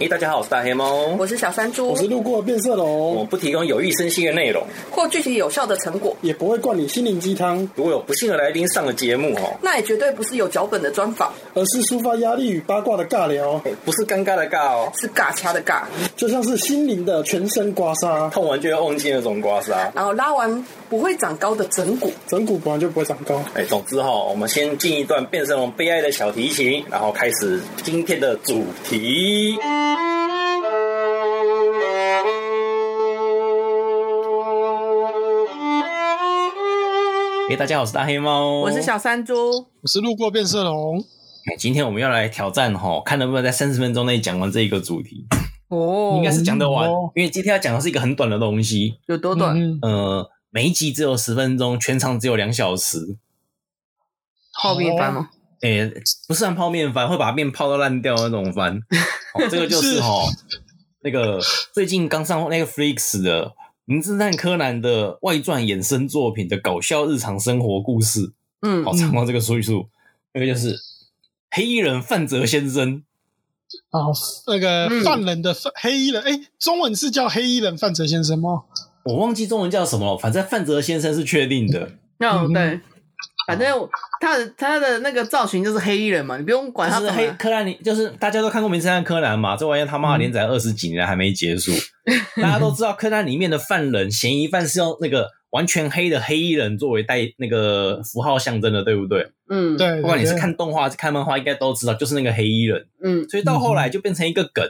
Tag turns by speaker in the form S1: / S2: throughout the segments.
S1: 哎、大家好，我是大黑猫。
S2: 我是小山猪
S3: 我，是路过的变色
S1: 我
S3: 龙，
S1: 不提供有益身心的内容。
S2: 或具体有效的成果，
S3: 也不会灌你心灵鸡汤，
S1: 如果有不幸的来宾上了节目哦，
S2: 那也绝对不是有脚本的专访，
S3: 而是抒发压力与八卦的尬聊，
S1: 哎不是尴尬的尬哦，
S2: 是尬掐的尬，
S3: 就像是心灵的全身刮痧。
S1: 痛完就要忘记那种刮痧。
S2: 然后拉完不会长高的整骨。
S3: 整骨本来就不会长高，
S1: 哎，总之哈、我们先进一段变身龙悲哀的小提琴，然后开始今天的主题。哎，大家好，我是大黑猫，
S2: 我是。小山猪，
S3: 我是路过变色龙，
S1: 哎，今天我们要来挑战哈、看能不能在三十分钟内讲完这一个主题，
S2: 哦
S1: 应该是讲得完
S3: 哦，
S1: 因为今天要讲的是一个很短的东西，
S2: 有多短？
S3: 嗯，
S1: 呃，每一集只有十分钟，全长只有两小时。
S2: 泡面番吗？
S1: 诶、不是按泡面番，会把面泡到烂掉的那种 番。哦、这个就是
S3: 是
S1: 哦，那个最近刚上那个 Flix 的《名侦探柯南》的外传衍生作品的搞笑日常生活故事。
S2: 嗯
S1: 好、，长到这个叙述，那个就是黑衣人范泽先生。
S3: 好，那个
S2: 嗯
S3: 犯人的犯黑衣人，哎，中文是叫黑衣人范哲先生吗？
S1: 我忘记中文叫什么了，反正范泽先生是确定的。
S2: 那
S3: 嗯
S2: 对，反正他的他的那个造型就是黑衣人嘛，你不用管
S1: 就
S2: 他
S1: 是
S2: 怎
S1: 黑
S2: 么。
S1: 柯南，你就是大家都看过《名侦探柯南》嘛，这玩意儿他妈的连载二十几年还没结 束。大家都知道柯南里面的犯人嫌疑犯是用那个完全黑的黑衣人作为代那个符号象征的，对不对？
S2: 嗯，，
S3: 对，
S1: 不管你是
S3: 对
S1: 看动画还是看漫画，应该都知道，就是那个黑衣人。
S2: 嗯，
S1: 所以到后来就变成一个梗，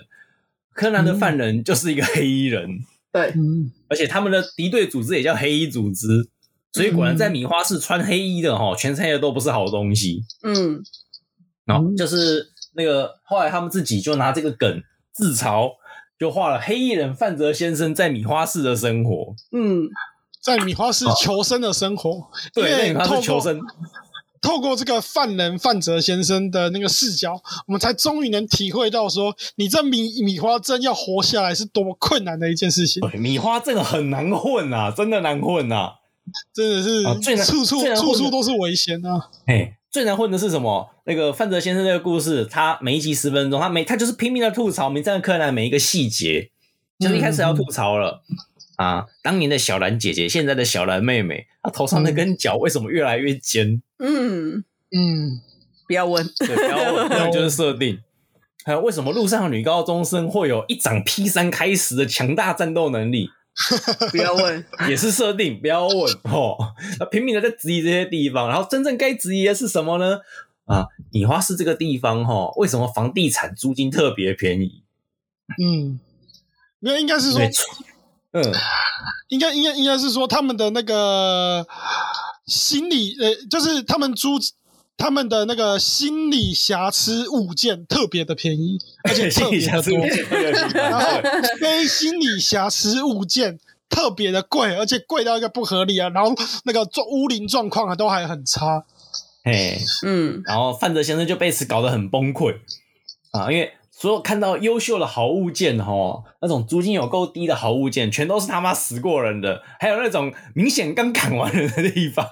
S1: 柯南的犯人就是一个黑衣人，
S2: 对，
S3: 嗯，
S1: 而且他们的敌对组织也叫黑衣组织。所以果然在米花市穿黑衣的哈，全身的都不是好东西。
S2: 嗯，
S1: 然后
S3: 嗯
S1: 哦就是那个后来他们自己就拿这个梗自嘲，就画了黑衣人范泽先生在米花市的生活。
S2: 嗯，
S3: 在米花市求生的生活，因
S1: 对，
S3: 为
S1: 在米花
S3: 透
S1: 市
S3: 过
S1: 求生，
S3: 透过这个犯人范哲先生的那个视角，我们才终于能体会到说，你这米米花镇要活下来是多么困难的一件事情，
S1: 对米花真的很难混啊，真的难混啊。
S3: 真的是
S1: 啊最难
S3: 处处
S1: 最难混的
S3: 处处都是危险啊！
S1: 哎，最难混的是什么？那个范泽先生这个故事，他每一集十分钟，他每他就是拼命的吐槽《名侦探柯南》每一个细节，
S3: 嗯
S1: 就是一开始要吐槽了。啊，当年的小兰姐姐，现在的小兰妹妹，她头上那根角为什么越来越尖？
S2: 嗯，
S3: 嗯，
S2: 不要问，
S1: 对，不要 问，那就是设定。还有为什么路上的女高中生会有一掌 P 三开始的强大战斗能力，
S2: 不要问，
S1: 也是设定，不要问哦。那拼命的在质疑这些地方，然后真正该质疑的是什么呢？啊，米花市这个地方哈、哦，为什么房地产租金特别便宜？
S3: 嗯，没有，应该是说
S1: 没，错，嗯，
S3: 应该应该应该是说他们的那个心理，呃，就是他们租他们的那个心理瑕疵物件特别的便宜，而且特
S1: 心里
S3: 别
S1: 想
S3: 的
S1: 是不
S3: 多，
S1: 是特别平
S3: 然
S1: 凡
S3: 后非心理瑕疵物件。特别的贵，而且贵到一个不合理啊！然后那个状屋龄状况啊都还很差，
S1: 对嘿，
S2: 嗯，
S1: 然后范泽先生就被此搞得很崩溃啊，因为所有看到优秀的好物件哦，那种租金有够低的好物件，全都是他妈死过人的，还有那种明显刚砍完人的地方，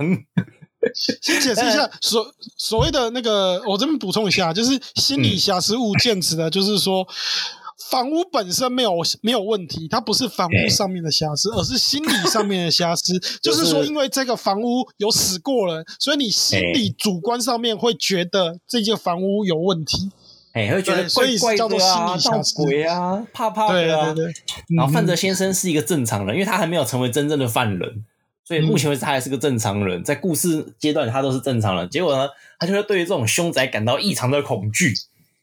S3: 先解释一下所所谓的那个，我这边补充一下，就是心理瑕疵物件指的，就是说房屋本身没有没有问题，它不是房屋上面的瑕疵，而是心理上面的瑕疵。
S1: 就
S3: 就是是说，因为这个房屋有死过人，所以你心里主观上面会觉得这间房屋有问题。
S1: 哎，会觉得
S3: 对所以
S1: 怪怪
S3: 叫做
S1: 的啊，
S3: 心理
S1: 闹
S3: 瑕疵
S1: 鬼啊，怕怕
S3: 对
S1: 的啊
S3: 对。嗯对，
S1: 然后范泽先生是一个正常人，因为他还没有成为真正的犯人，所以目前为止他还是个正常人，在故事阶段他都是正常人。结果呢，他就会对于这种凶宅感到异常的恐惧。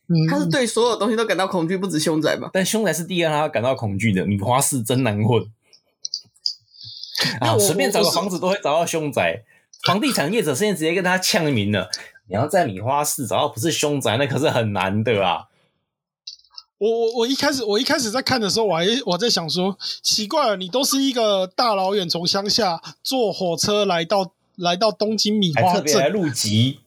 S3: 嗯
S2: 他是对所有东西都感到恐惧，不止凶宅吧？
S1: 但凶宅是第二让他感到恐惧的，米花市真难混。
S3: 那
S1: 啊，
S3: 我
S1: 随便找个
S3: 我是
S1: 房子都会找到凶宅，房地产业者现在直接跟他呛名了。你要在米花市找到不是凶宅，那可是很难的啊！
S3: 我我我一开始我一开始在看的时候，我还我在想说，奇怪了，你都是一个大老远从乡下坐火车来到来到东京米
S1: 还
S3: 花
S1: 特别来
S3: 镇，
S1: 录集，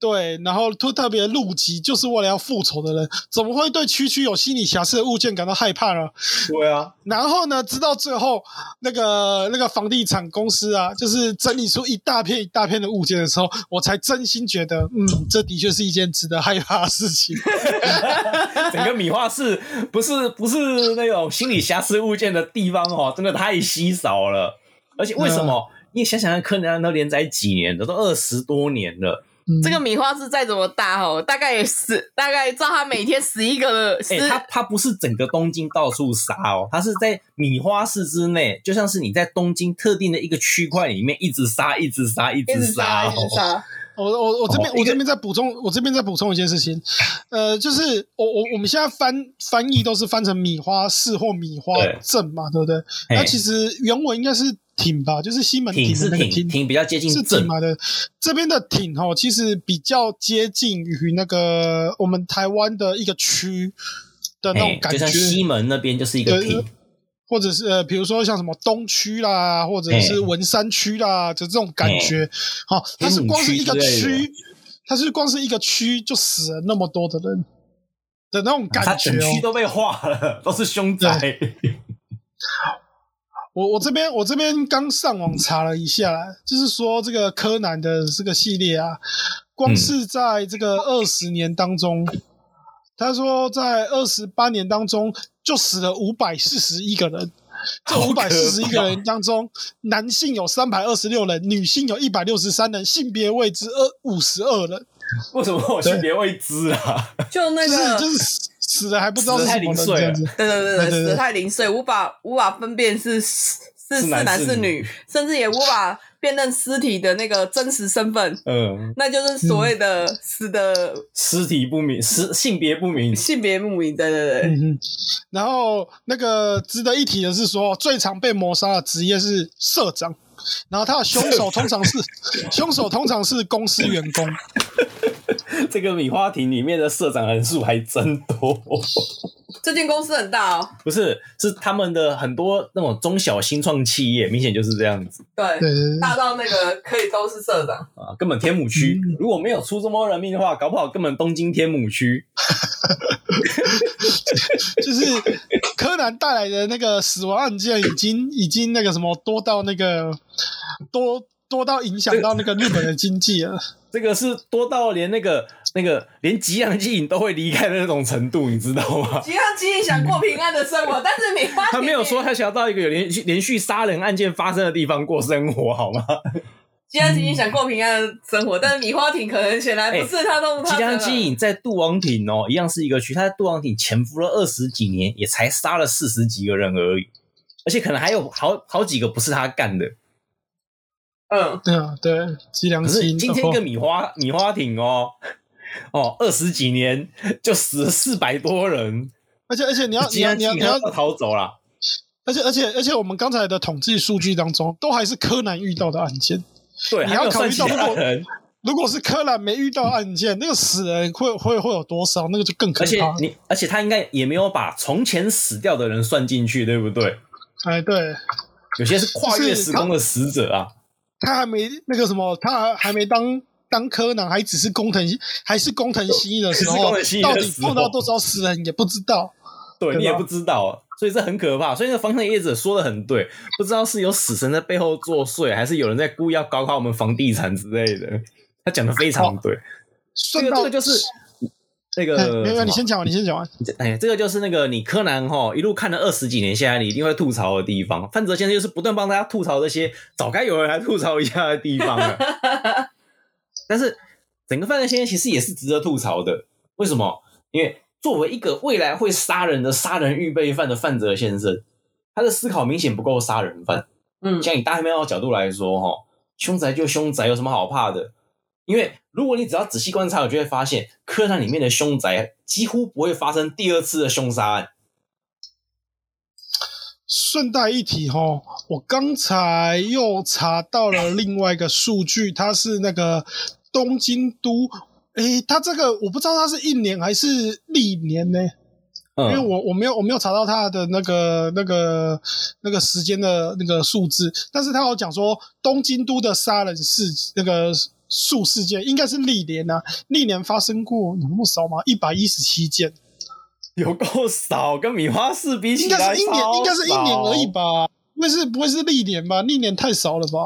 S3: 对，然后特特别入籍就是为了要复仇的人，怎么会对区区有心理瑕疵的物件感到害怕呢？
S4: 对啊，
S3: 然后呢，直到最后，那个那个房地产公司啊，就是整理出一大片一大片的物件的时候，我才真心觉得，嗯，这的确是一件值得害怕的事情。
S1: 整个米画室不是不是那种心理瑕疵物件的地方哦，真的太稀少了。而且为什么？你也想想看，柯南都连载几年了，都二十多年了。
S2: 这个米花是再怎么大哦，大概也十，大概照他每天十一个十
S1: 哎、，它它不是整个东京到处杀哦，它是在米花市之内，就像是你在东京特定的一个区块里面一直杀，一直杀，一
S2: 一
S1: 直
S2: 直
S1: 杀
S2: 杀，
S1: 哦
S2: 一。直杀。
S3: 我我我这边
S1: 哦
S3: 我
S1: 一个
S3: 这边再补充，我这边再补充一件事情，呃，就是我我我们现在翻翻译都是翻成米花市或米花
S1: 对
S3: 镇嘛，对不对？
S1: 嘿
S3: 那其实原文应该是挺吧，就是西门
S1: 挺
S3: 町的
S1: 是
S3: 那个
S1: 挺
S3: 町
S1: 挺比较接近
S3: 是
S1: 正哎
S3: 挺嘛的。这边的挺哦，其实比较接近于那个我们台湾的一个区的那种
S1: 哎，
S3: 感
S1: 就
S3: 觉，
S1: 像西门那边就是一个
S3: 对
S1: 平，
S3: 或者是呃，比如说像什么东区啦，或者
S1: 哎
S3: 是文山区啦，就这种感觉。好、它是光是一个
S1: 天母区之类
S3: 区，它是光是一个区就死了那么多的人的那种
S1: 它
S3: 感觉
S1: 整区
S3: 哦。
S1: 都被画了，都是凶宅。
S3: 我我这边我这边刚上网查了一下，就是说这个柯南的这个系列啊，
S1: 嗯
S3: 光是在这个二十年当中，他说在二十八年当中就死了五百四十一个人。这
S1: 好
S3: 五
S1: 可怕
S3: 百四十一个人当中，男性有三百二十六人，女性有一百六十三人，性别未知二五十二人，
S1: 为什么我性别未知啊？
S2: 就那
S3: 就是
S2: 个，
S3: 就是死死了还不知道是什么人
S1: 死得
S3: 这
S1: 太
S3: 样
S1: 零碎。
S3: 子
S2: 对对对
S3: 对对
S2: 对，
S3: 对
S2: 死太零碎，无法无法分辨是是是
S1: 男
S2: 男
S1: 是
S2: 是
S1: 女
S2: 女，甚至也无法辨认尸体的那个真实身份，
S1: 嗯，
S2: 那就是所谓的死的
S1: 尸体不明，尸性别不明。
S2: 性别不明。对对对，
S3: 嗯嗯，然后那个值得一提的是说，最常被谋杀的职业是社长，然后他的凶手通常是凶手通常是公司员工。
S1: 这个米花亭里面的社长人数还真多，
S2: 这间公司很大哦。
S1: 不是是他们的很多那种中小新创企业，明显就是这样子
S2: 对，
S3: 对对对
S2: 大到那个可以都是社长。
S1: 啊。根本天母区、如果没有出这么多人命的话，搞不好根本东京天母区。
S3: 就是柯南带来的那个死亡案件，已经已经那个什么多到那个多多到影响到那个日本的经济了。
S1: 这个是多到连那个那个连吉阳基影都会离开的那种程度，你知道吗？
S2: 吉安基想过平安的生活，但是你发现
S1: 他没有说他想要到一个有连续连续杀人案件发生的地方过生活，好吗？
S2: 吉安基想过平安的生活，但是米花亭可能显然不是他弄他
S1: 嗯哎
S2: 的
S1: 吉江
S2: 了。
S1: 基影在杜王町哦，一样是一个区，他在杜王町潜伏了二十几年，也才杀了四十几个人而已，而且可能还有好好几个不是他干的。
S2: 嗯，
S3: 对啊，对，吉良
S1: 可是
S3: 心。
S1: 今天一个
S3: 哦
S1: 米花米花町哦，哦，二十几年就死了四百多人，
S3: 而且而且你要你
S1: 吉江
S3: 要你
S1: 基
S3: 要
S1: 影
S3: 你
S1: 还
S3: 要
S1: 要，逃走啦。
S3: 而且而且而且我们刚才的统计数据当中，都还是柯南遇到的案件。
S1: 对，
S3: 你
S1: 还没
S3: 要
S1: 有
S3: 考虑
S1: 算其
S3: 到
S1: 他
S3: 如果
S1: 人，
S3: 如果是柯南没遇到案件，那个死人会会会有多少？那个就更可
S1: 而且
S3: 怕。
S1: 你而且他应该也没有把从前死掉的人算进去，对不对？
S3: 哎，对
S1: 有些是跨越时空的死者啊。
S3: 他还没那个什么，他还还没当当柯南，还只是工藤，还是工藤新一的时
S1: 只是
S3: 候
S1: 工藤新，一的
S3: 到
S1: 时候
S3: 底碰到多少死人也不知道。
S1: 对你也
S3: 对吧
S1: 不知道，啊所以这很可怕。所以那房产业者说的很对，不知道是有死神在背后作祟，还是有人在故意要搞垮我们房地产之类的。他讲的非常对，这
S3: 顺
S1: 个这
S3: 哦道
S1: 个就是那个
S3: 哎没
S1: 什
S3: 有，
S1: 么
S3: 你先讲完，你先讲完。
S1: 哎，这个就是那个你柯南哈一路看了二十几年下来，你一定会吐槽的地方。范泽先生就是不断帮大家吐槽这些早该有人来吐槽一下的地方了。但是整个范泽先生其实也是值得吐槽的，为什么？因为作为一个未来会杀人的杀人预备犯的范泽先生，他的思考明显不够杀人犯。
S2: 嗯
S1: 像以大黑猫的角度来说，哈，凶宅就凶宅，有什么好怕的？因为如果你只要仔细观察，你就会发现柯南里面的凶宅几乎不会发生第二次的凶杀案。
S3: 顺带一提哈，我刚才又查到了另外一个数据，它是那个东京都，诶，它这个我不知道它是一年还是历年呢、因为
S1: 嗯，
S3: 我我没有我没有查到他的那个那个那个时间的那个数字，但是他有讲说东京都的杀人事那个数事件，应该是历年啊，历年发生过有那么少吗？一百一十七件，
S1: 有够少，跟米花四比
S3: 应
S1: 起
S3: 该
S1: 来，
S3: 是一年，应该是一年而已
S1: 吧？
S3: 吧？不会是不会是历年吧？历年太少了吧？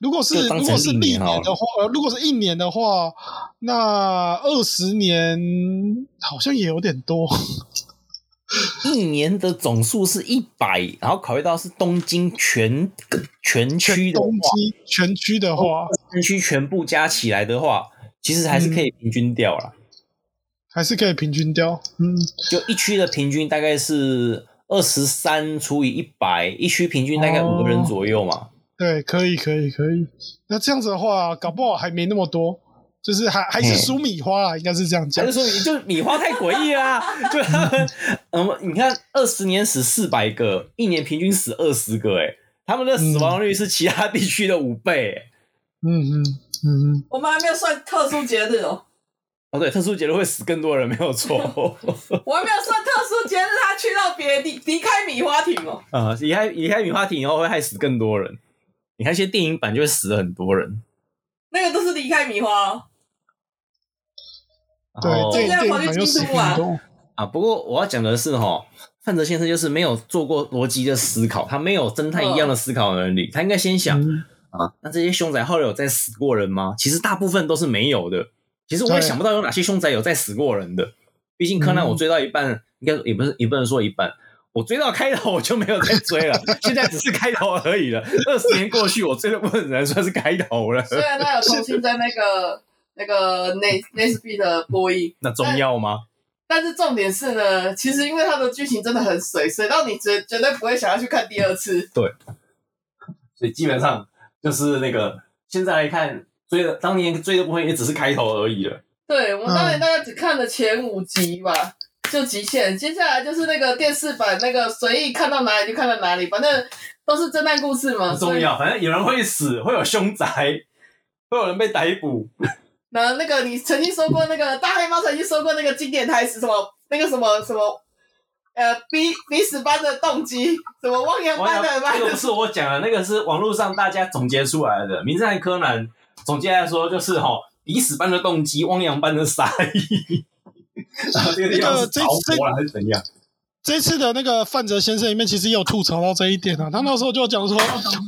S3: 如果是
S1: 就当
S3: 如
S1: 成
S3: 果是
S1: 历
S3: 历
S1: 年好了
S3: 年的话，呃如果是一年的话，那二十年好像也有点多。
S1: 一年的总数是一百，然后考虑到是东京全全区的话，
S3: 东京全区的话，
S1: 全区全部加起来的话，其实还是
S3: 嗯
S1: 可以平均掉了。
S3: 还是可以平均掉。嗯，
S1: 就一区的平均大概是二十三除以一百，一区平均大概
S3: 哦
S1: 五个人左右嘛。
S3: 对，可以，可以，可以。那这样子的话，搞不好还没那么多，就是还还是
S1: 嗯
S3: 输米花啦，应该是这样
S1: 还
S3: 讲
S1: 是。说你就米花太诡异 啦？就他们，嗯，你看二十年死四百个，一年平均死二十个、欸，他们的死亡率是其他地区的五倍、欸。
S3: 嗯嗯嗯嗯，
S4: 我们还没有算特殊节日 哦，
S1: 哦，对，特殊节日会死更多人，没有错。
S4: 我还没有算特殊节日，他去到别地离开米花亭哦。
S1: 啊、离开离开米花亭以后会害死更多人。你看一些电影版就会死很多人。
S4: 那个都是离开米花、哦，
S1: 然后
S3: 对，电
S4: 这
S3: 影
S4: 个
S3: 电影版又死很多。
S1: 啊，不过我要讲的是哈，范泽先生就是没有做过逻辑的思考，他没有侦探一样的思考能力，他应该先想、
S3: 嗯
S1: 啊，那这些凶宅后来有在死过人吗？其实大部分都是没有的。其实我也
S3: 对
S1: 想不到有哪些凶宅有在死过人的。毕竟柯南
S3: 嗯
S1: 我追到一半，应该也不是也不能说一半，我追到开头我就没有再追 了，现在只是开头而已了。二十年过去，我追的部分人算是开头了，
S4: 虽然他有重新在那个 那个内内斯 B 的播音，
S1: 那重要吗？
S4: 但是重点是呢，其实因为它的剧情真的很水，水到你绝绝对不会想要去看第二次。
S1: 所以基本上就是那个现在来看追的当年追的部分也只是开头而已了。
S4: 对我们当年大概只看了前五集吧，就极限。接下来就是那个电视版，那个随意看到哪里就看到哪里，反正都是侦探故事嘛，
S1: 不重
S3: 哦
S1: 要，反正有人会死，会有凶宅，会有人被逮捕。
S4: 然后那个你曾经说过那个大黑猫曾经说过那个经典台词什么那个什么什么，呃逼逼死般的动机，什么汪洋般的般
S1: 那个
S4: 的
S1: 不是我讲的，那个是网络上大家总结出来的。名侦探柯南总结来说就是吼，以死般的动机，汪洋般的杀 意。然后这个地方
S3: 那
S1: 是
S3: 个这
S1: 着火了还是怎样？
S3: 这次的那个范泽先生里面，其实也有吐槽到这一点啊。他那时候就讲说：“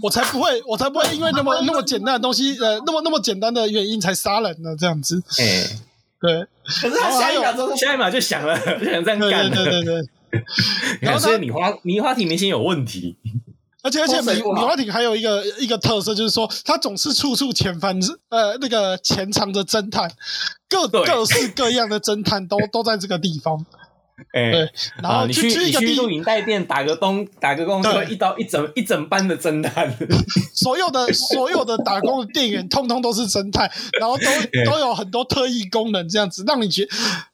S3: 我才不会，我才不会因为那么那么简单的东西，呃，那么那么简单的原因才杀人呢。”这样子，
S1: 哎、
S3: 对，
S4: 可是他下一秒钟就
S1: 下一秒就想了，就想这样
S3: 对
S1: 干
S3: 对对
S1: 了。
S3: 对对。
S1: 你看所以米花米花体明显有问题。
S3: 而且而且
S4: 风水
S3: 米
S4: 不好
S3: 米花町还有一个一个特色，就是说他总是处处潜伏，呃，那个潜藏着侦探，各
S1: 对
S3: 各式各样的侦探都都在这个地方。
S1: 哎、
S3: 对，然
S1: 啊，
S3: 后
S1: 你
S3: 就
S1: 去
S3: 一
S1: 你
S3: 个
S1: 去
S3: 地，
S1: 录影带店打个工打个工，就会
S3: 对
S1: 一刀一整一整班的侦 探。
S3: 所有的所有的打工的店员，通通都是侦探，然后都
S1: 对
S3: 都有很多特异功能，这样子让你觉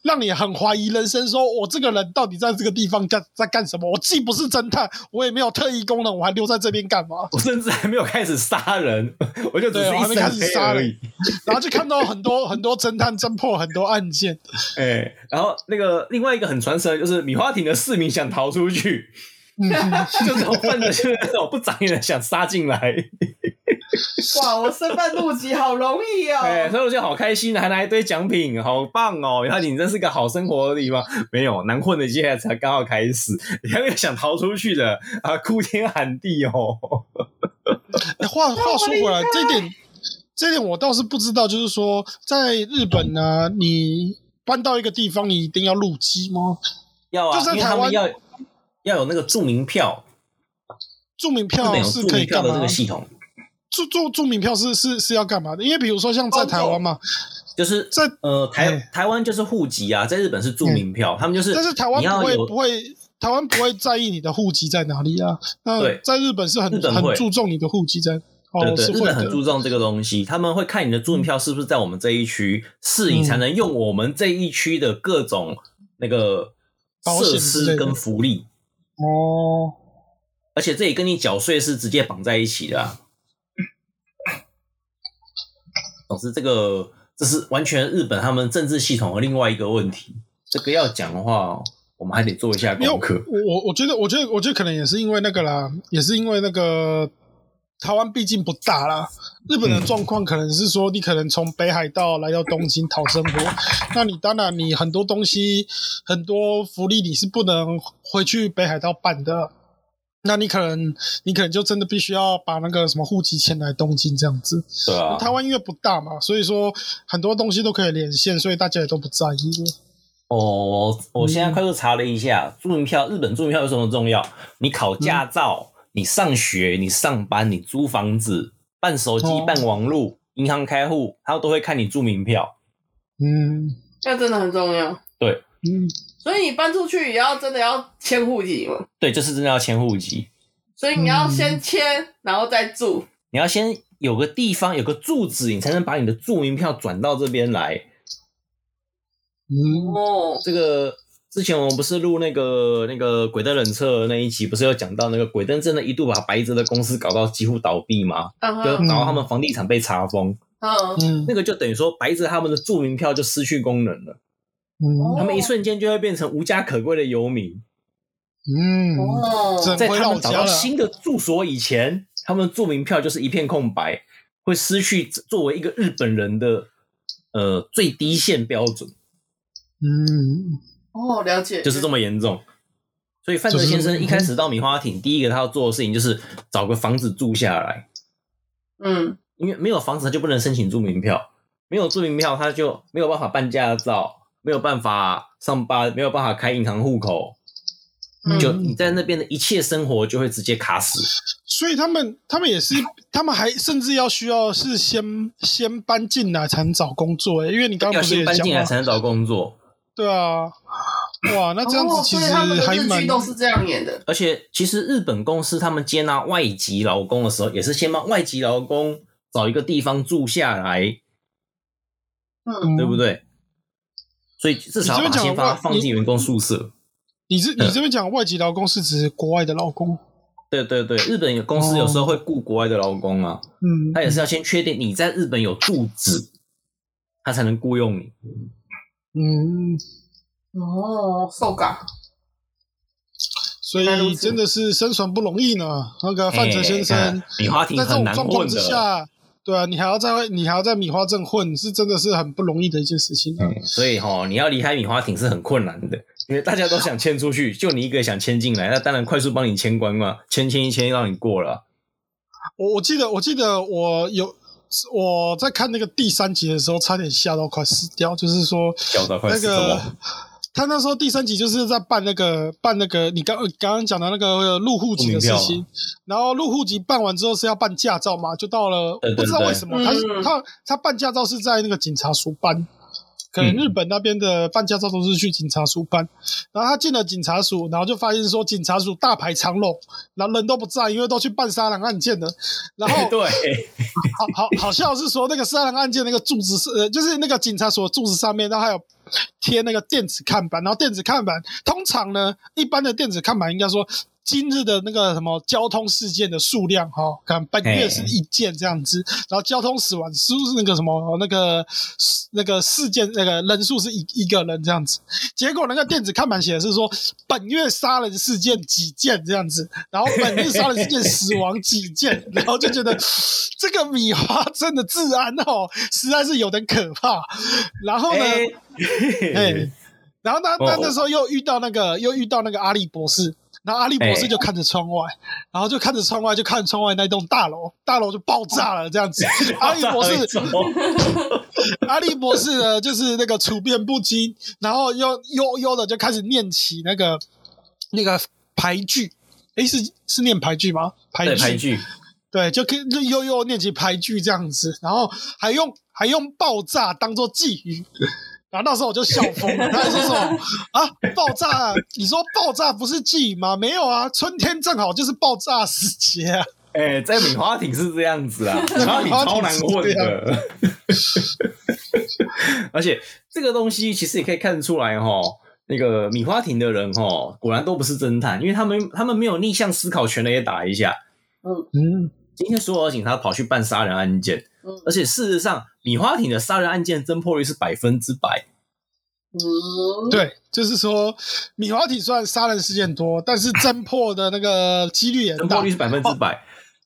S3: 让你很怀疑人生，说我这个人到底在这个地方干在干什么？我既不是侦探，我也没有特异功能，我还留在这边干嘛？
S1: 我甚至还没有开始杀人，我就只是
S3: 对我还
S1: 一
S3: 没
S1: 身
S3: 开始
S1: 黑
S3: 杀
S1: 而
S3: 人
S1: 已。
S3: 然后就看到很多很多侦探侦破很多案件。
S1: 哎、然后那个另外一个很传神的就是米花町的市民想逃出去，
S3: 嗯
S1: 就是我笨的，就是那种不长眼的想杀进来。
S3: 哦
S4: 哇，我身份入籍好容易 哦。
S1: 哎、所以我就好开心，还拿一堆奖品，好棒哦！米花町真是个好生活的地方。没有难混的，现在才刚好开始，你还没有想逃出去的啊，哭天喊地哦。
S3: 欸话话说回来，这一点，这一点我倒是不知道，就是说，在日本呢、你搬到一个地方，你一定要入籍吗？
S1: 要啊，
S3: 就像
S1: 因为他们
S3: 台
S1: 要要有那个住民票，
S3: 住民
S1: 日本
S3: 票
S1: 有
S3: 是
S1: 住
S3: 可以
S1: 民票的
S3: 干
S1: 这
S3: 嘛
S1: 个？系统，
S3: 住住住民票是是是要干嘛的？因为比如说像在台湾嘛，
S1: 哦就是
S3: 在
S1: 呃，台
S3: 哎
S1: 台湾就是户籍啊，在日本是住民票，他们就是，
S3: 嗯但是台湾
S1: 你要
S3: 不会
S1: 有
S3: 不会，台湾不会在意你的户籍在哪里啊。那
S1: 对
S3: 在日本是很
S1: 日本会
S3: 很注重你的户籍在，
S1: 对
S3: 哦，
S1: 对，
S3: 是
S1: 日
S3: 会
S1: 本很
S3: 的。
S1: 注重这个东西，他们会看你的住民票是不是在我们这一区，是
S3: 嗯
S1: 你才能用我们这一区的各种那个
S3: 保
S1: 设
S3: 险之类
S1: 施
S3: 的
S1: 跟福利，
S3: 哦，
S1: 而且这里跟你缴税是直接绑在一起的、啊。总之，这个这是完全日本他们政治系统和另外一个问题。这个要讲的话，我们还得做一下
S3: 因为
S1: 功
S3: 我
S1: 课。
S3: 我我觉得，我觉得，我觉得可能也是因为那个啦，也是因为那个台湾毕竟不大啦，日本的状况可能是说，你可能从北海道来到东京讨生活，那你当然你很多东西、很多福利你是不能回去北海道办的，那你可能你可能就真的必须要把那个什么户籍迁来东京这样子。
S1: 对啊，
S3: 台湾因为不大嘛，所以说很多东西都可以连线，所以大家也都不在意了。
S1: 哦，我我现在快速查了一下，住民票，日本住民票有什么重要？你考驾
S3: 嗯
S1: 照，你上学，你上班，你租房子，办手机
S3: 哦、
S1: 办网络、银行开户，他都会看你住民票。
S3: 嗯
S4: 那真的很重要。
S3: 嗯，
S4: 所以你搬出去也要真的要迁户籍嘛，
S1: 对，就是真的要迁户籍，
S4: 所以你要
S3: 嗯
S4: 先迁，然后再住。
S1: 你要先有个地方，有个住址，你才能把你的住民票转到这边来。
S3: 嗯，
S4: 哦，
S1: 这个之前我们不是录那个那个鬼灯冷彻那一集，不是有讲到那个鬼灯真的一度把白泽的公司搞到几乎倒闭吗？
S4: 嗯
S1: 就
S4: 哼，
S1: 然后他们房地产被查封，
S4: 嗯，
S3: 嗯
S1: 那个就等于说白泽他们的住民票就失去功能了，
S3: 嗯
S1: 他们一瞬间就会变成无家可归的游民，
S3: 嗯，
S4: 哦，
S3: 整
S1: 在
S3: 回
S1: 他
S3: 老
S1: 们找
S3: 家
S1: 到
S3: 了。
S1: 新的住所以前，他们的住民票就是一片空白，会失去作为一个日本人的呃最低限标准。
S3: 嗯
S4: 哦，了解，
S1: 就是这么严重。所以范
S3: 就
S1: 德
S3: 是
S1: 先生一开始到米花町，第一个他要做的事情就是找个房子住下来，
S4: 嗯，
S1: 因为没有房子他就不能申请住民票，没有住民票他就没有办法办驾照，没有办法上班，没有办法开银行户口，
S4: 嗯
S1: 就你在那边的一切生活就会直接卡死。
S3: 所以他们他们也是，他们还甚至要需要是先先搬进来才能找工作、欸，因为你刚
S1: 要
S3: 刚不是也
S1: 先搬
S3: 讲
S1: 进来
S3: 吗？
S1: 才能找工作，
S3: 对啊，哇，那这样子
S4: 哦
S3: 其
S4: 所以
S3: 实
S4: 他们的
S3: 还
S4: 日
S3: 蛮
S4: 剧都是这样演的。
S1: 而且其实日本公司他们接纳外籍劳工的时候，也是先帮外籍劳工找一个地方住下来，
S4: 嗯，
S3: 嗯
S1: 对不对？所以至少
S3: 你这
S1: 把
S3: 边讲
S1: 先把它
S3: 外
S1: 放
S3: 你
S1: 进员工宿舍。
S3: 你这
S1: 嗯
S3: 你这边讲外籍劳工是指国外的劳工，
S1: 对对对，日本有公司有时
S3: 哦
S1: 候会雇国外的劳工啊，
S3: 嗯，
S1: 他也是要先确定你在日本有住址，他才能雇佣你。
S3: 嗯，
S4: 哦，受感，
S3: 所
S4: 原来如
S3: 以
S4: 此
S3: 真的是生存不容易呢。那个范哲先
S1: 哎
S3: 生，
S1: 看米花
S3: 在
S1: 亭
S3: 这
S1: 很
S3: 种
S1: 难
S3: 状
S1: 混
S3: 况之
S1: 的，
S3: 下，对啊，你还要在你还要在米花镇混，是真的是很不容易的一件事情。啊
S1: 嗯所以哈、你要离开米花亭是很困难的，因为大家都想迁出去，就你一个想迁进来，那当然快速帮你迁关嘛，迁迁一迁让你过了。
S3: 我我记得我记得我有我在看那个第三集的时候，差点吓到快死掉，就是说
S1: 笑到快
S3: 那
S1: 死了
S3: 个。他那时候第三集就是在办那个办那个你刚刚刚讲的那个入户籍的事
S1: 住民
S3: 情，然后入户籍办完之后是要办驾照嘛，就到了
S1: 对对
S3: 不知道为什么他是
S4: 嗯
S3: 他他办驾照是在那个警察署办，可能
S1: 嗯
S3: 日本那边的办驾照都是去警察署办，然后他进了警察署，然后就发现说警察署大排长龙，然后人都不在，因为都去办杀人案件了，然后
S1: 对，
S3: 好好好像是说那个杀人案件那个柱子是，呃，就是那个警察所的柱子上面，然后还有贴那个电子看板，然后电子看板通常呢，一般的电子看板应该说。今日的那个什么交通事件的数量哈、可能本月是一件这样子，然后交通死亡是那个什么那个那个事件那个人数是一一个人这样子，结果那个电子看板写的是说本月杀人事件几件这样子，然后本日杀人事件死亡几件，然后就觉得这个米花镇的治安哦，实在是有点可怕。然后呢，
S1: 哎
S3: 哎、
S1: 嘿
S3: 然后那那
S1: 哦
S3: 那时候又遇到那个又遇到那个阿笠博士，然后阿笠博士
S1: 哎
S3: 就看着窗外，然后就看着窗外，就看着窗外那栋大楼，大楼就爆炸了这样 子。阿笠 博士，阿笠博士呢，就是那个处变不惊，然后又悠悠的就开始念起那个那个牌剧，诶，是是念牌剧吗？牌
S1: 对
S3: 剧，
S1: 排剧，
S3: 对，就跟就悠悠念起牌剧这样子，然后还用还用爆炸当做寄语。然后那时候我就笑疯了，他还说什么啊爆炸？你说爆炸不是寄语吗？没有啊，春天正好就是爆炸时节啊。
S1: 哎，在米花亭是这样子 啊，米花亭超难混的。 而且这个东西其实也可以看得出来哈，那个米花亭的人哈，果然都不是侦探，因为他们他们没有逆向思考，全雷打一下。
S3: 嗯，
S1: 今天所有的警察跑去办杀人案件，
S4: 嗯
S1: 而且事实上米花亭的杀人案件侦破率是百分之百。
S4: 嗯，
S3: 对，就是说米华体虽然杀人事件多，但是侦破的那个几率也
S1: 侦
S3: 大
S1: 破率。是百分之百。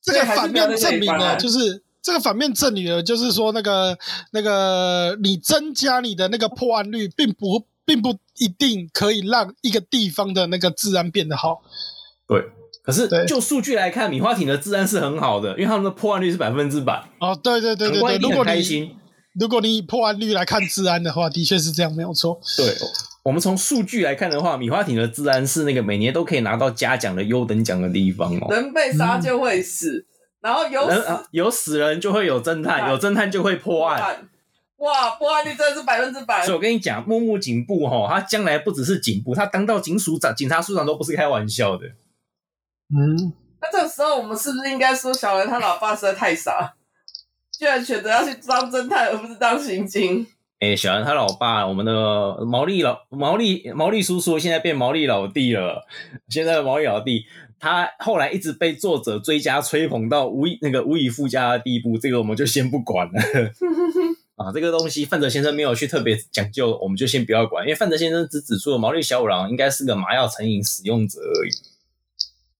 S3: 这个反面证明
S1: 啊
S3: 了，就是这个反面证明了，就是说那个那个你增加你的那个破案率，并不并不一定可以让一个地方的那个治安变得好。
S1: 对，可是
S3: 对
S1: 就数据来看，米花艇的治安是很好的，因为他们的破案率是百分之百，
S3: 哦，对对对
S1: 长
S3: 对
S1: 官
S3: 对，
S1: 一
S3: 如
S1: 定
S3: 果
S1: 很开
S3: 你
S1: 心。
S3: 如果你以破案率来看治安的话，的确是这样，没有错。
S1: 对，哦我们从数据来看的话，米花艇的治安是那个每年都可以拿到嘉奖的优等奖的地方哦。
S4: 人被杀就会死，然后有
S1: 嗯人
S4: 死
S1: 啊，有死人就会有侦探，有侦探就会破案。，
S4: 哇，破案率真的是百分之百
S1: 所以，我跟你讲，木木警部哈，他将来不只是警部，他当到警署长、警察署长都不是开玩笑的。
S3: 嗯，
S4: 那这个时候，我们是不是应该说小兰他老爸实在太傻，居然选择要去当侦探而不是当刑警？
S1: 哎、小兰他老爸，我们的毛利老毛利毛利叔叔，现在变毛利老弟了。现在的毛利老弟，他后来一直被作者追加吹捧到无以那个无以复加的地步，这个我们就先不管了。 啊，这个东西范泽先生没有去特别讲究，我们就先不要管，因为范泽先生只指出了毛利小五郎应该是个麻药成瘾使用者而已。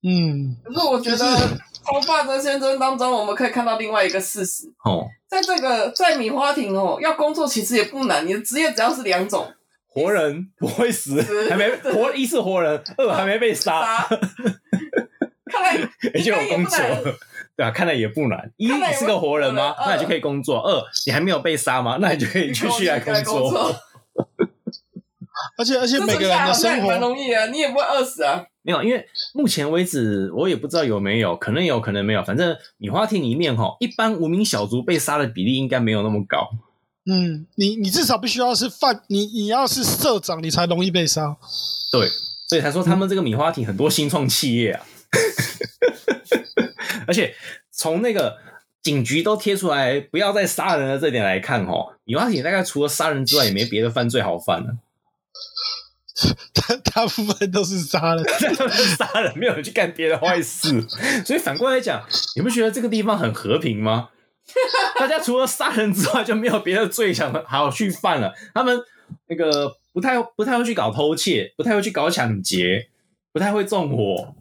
S3: 嗯，
S4: 可是我觉得从霸德先生当中，我们可以看到另外一个事实，
S1: 哦，
S4: 在这个在米花亭哦，要工作其实也不难，你的职业只要是两种，
S1: 活人不会死，
S4: 死
S1: 还没活一是活人，二还没被杀，
S4: 杀。看
S1: 而
S4: 来应
S1: 且
S4: 该
S1: 有
S4: 也
S1: 工
S4: 不
S1: 作
S4: 难。
S1: 了， 对啊，看来也不难。一，
S4: 看
S1: 你
S4: 来也
S1: 是个活人吗？
S4: 不难嗯
S1: 那你就可以工作。二，你还没有被杀吗？那你就可以继续 来工作。，
S3: 而且而且
S4: 这
S3: 每
S4: 剩
S3: 个
S4: 下
S3: 人
S4: 好
S3: 的
S4: 像
S3: 生
S4: 也蛮
S3: 活，
S4: 容易啊，你也不会饿死啊。
S1: 没有，因为目前为止我也不知道有没有，可能有可能没有。反正米花厅里面哈，一般无名小卒被杀的比例应该没有那么高。
S3: 嗯，你你至少必须要是犯，你你要是社长，你才容易被杀。
S1: 对，所以才说他们这个米花艇很多新创企业啊， 而且从那个警局都贴出来不要再杀人的这点来看哦，米花艇大概除了杀人之外也没别的犯罪好犯了、
S3: 大大部分都是杀人。
S1: 杀人没有人去干别的坏事，所以反过来讲，你不觉得这个地方很和平吗？大家除了杀人之外就没有别的罪想好去犯了，他们那个不太不太会去搞偷窃，不太会去搞抢劫，不太会纵火。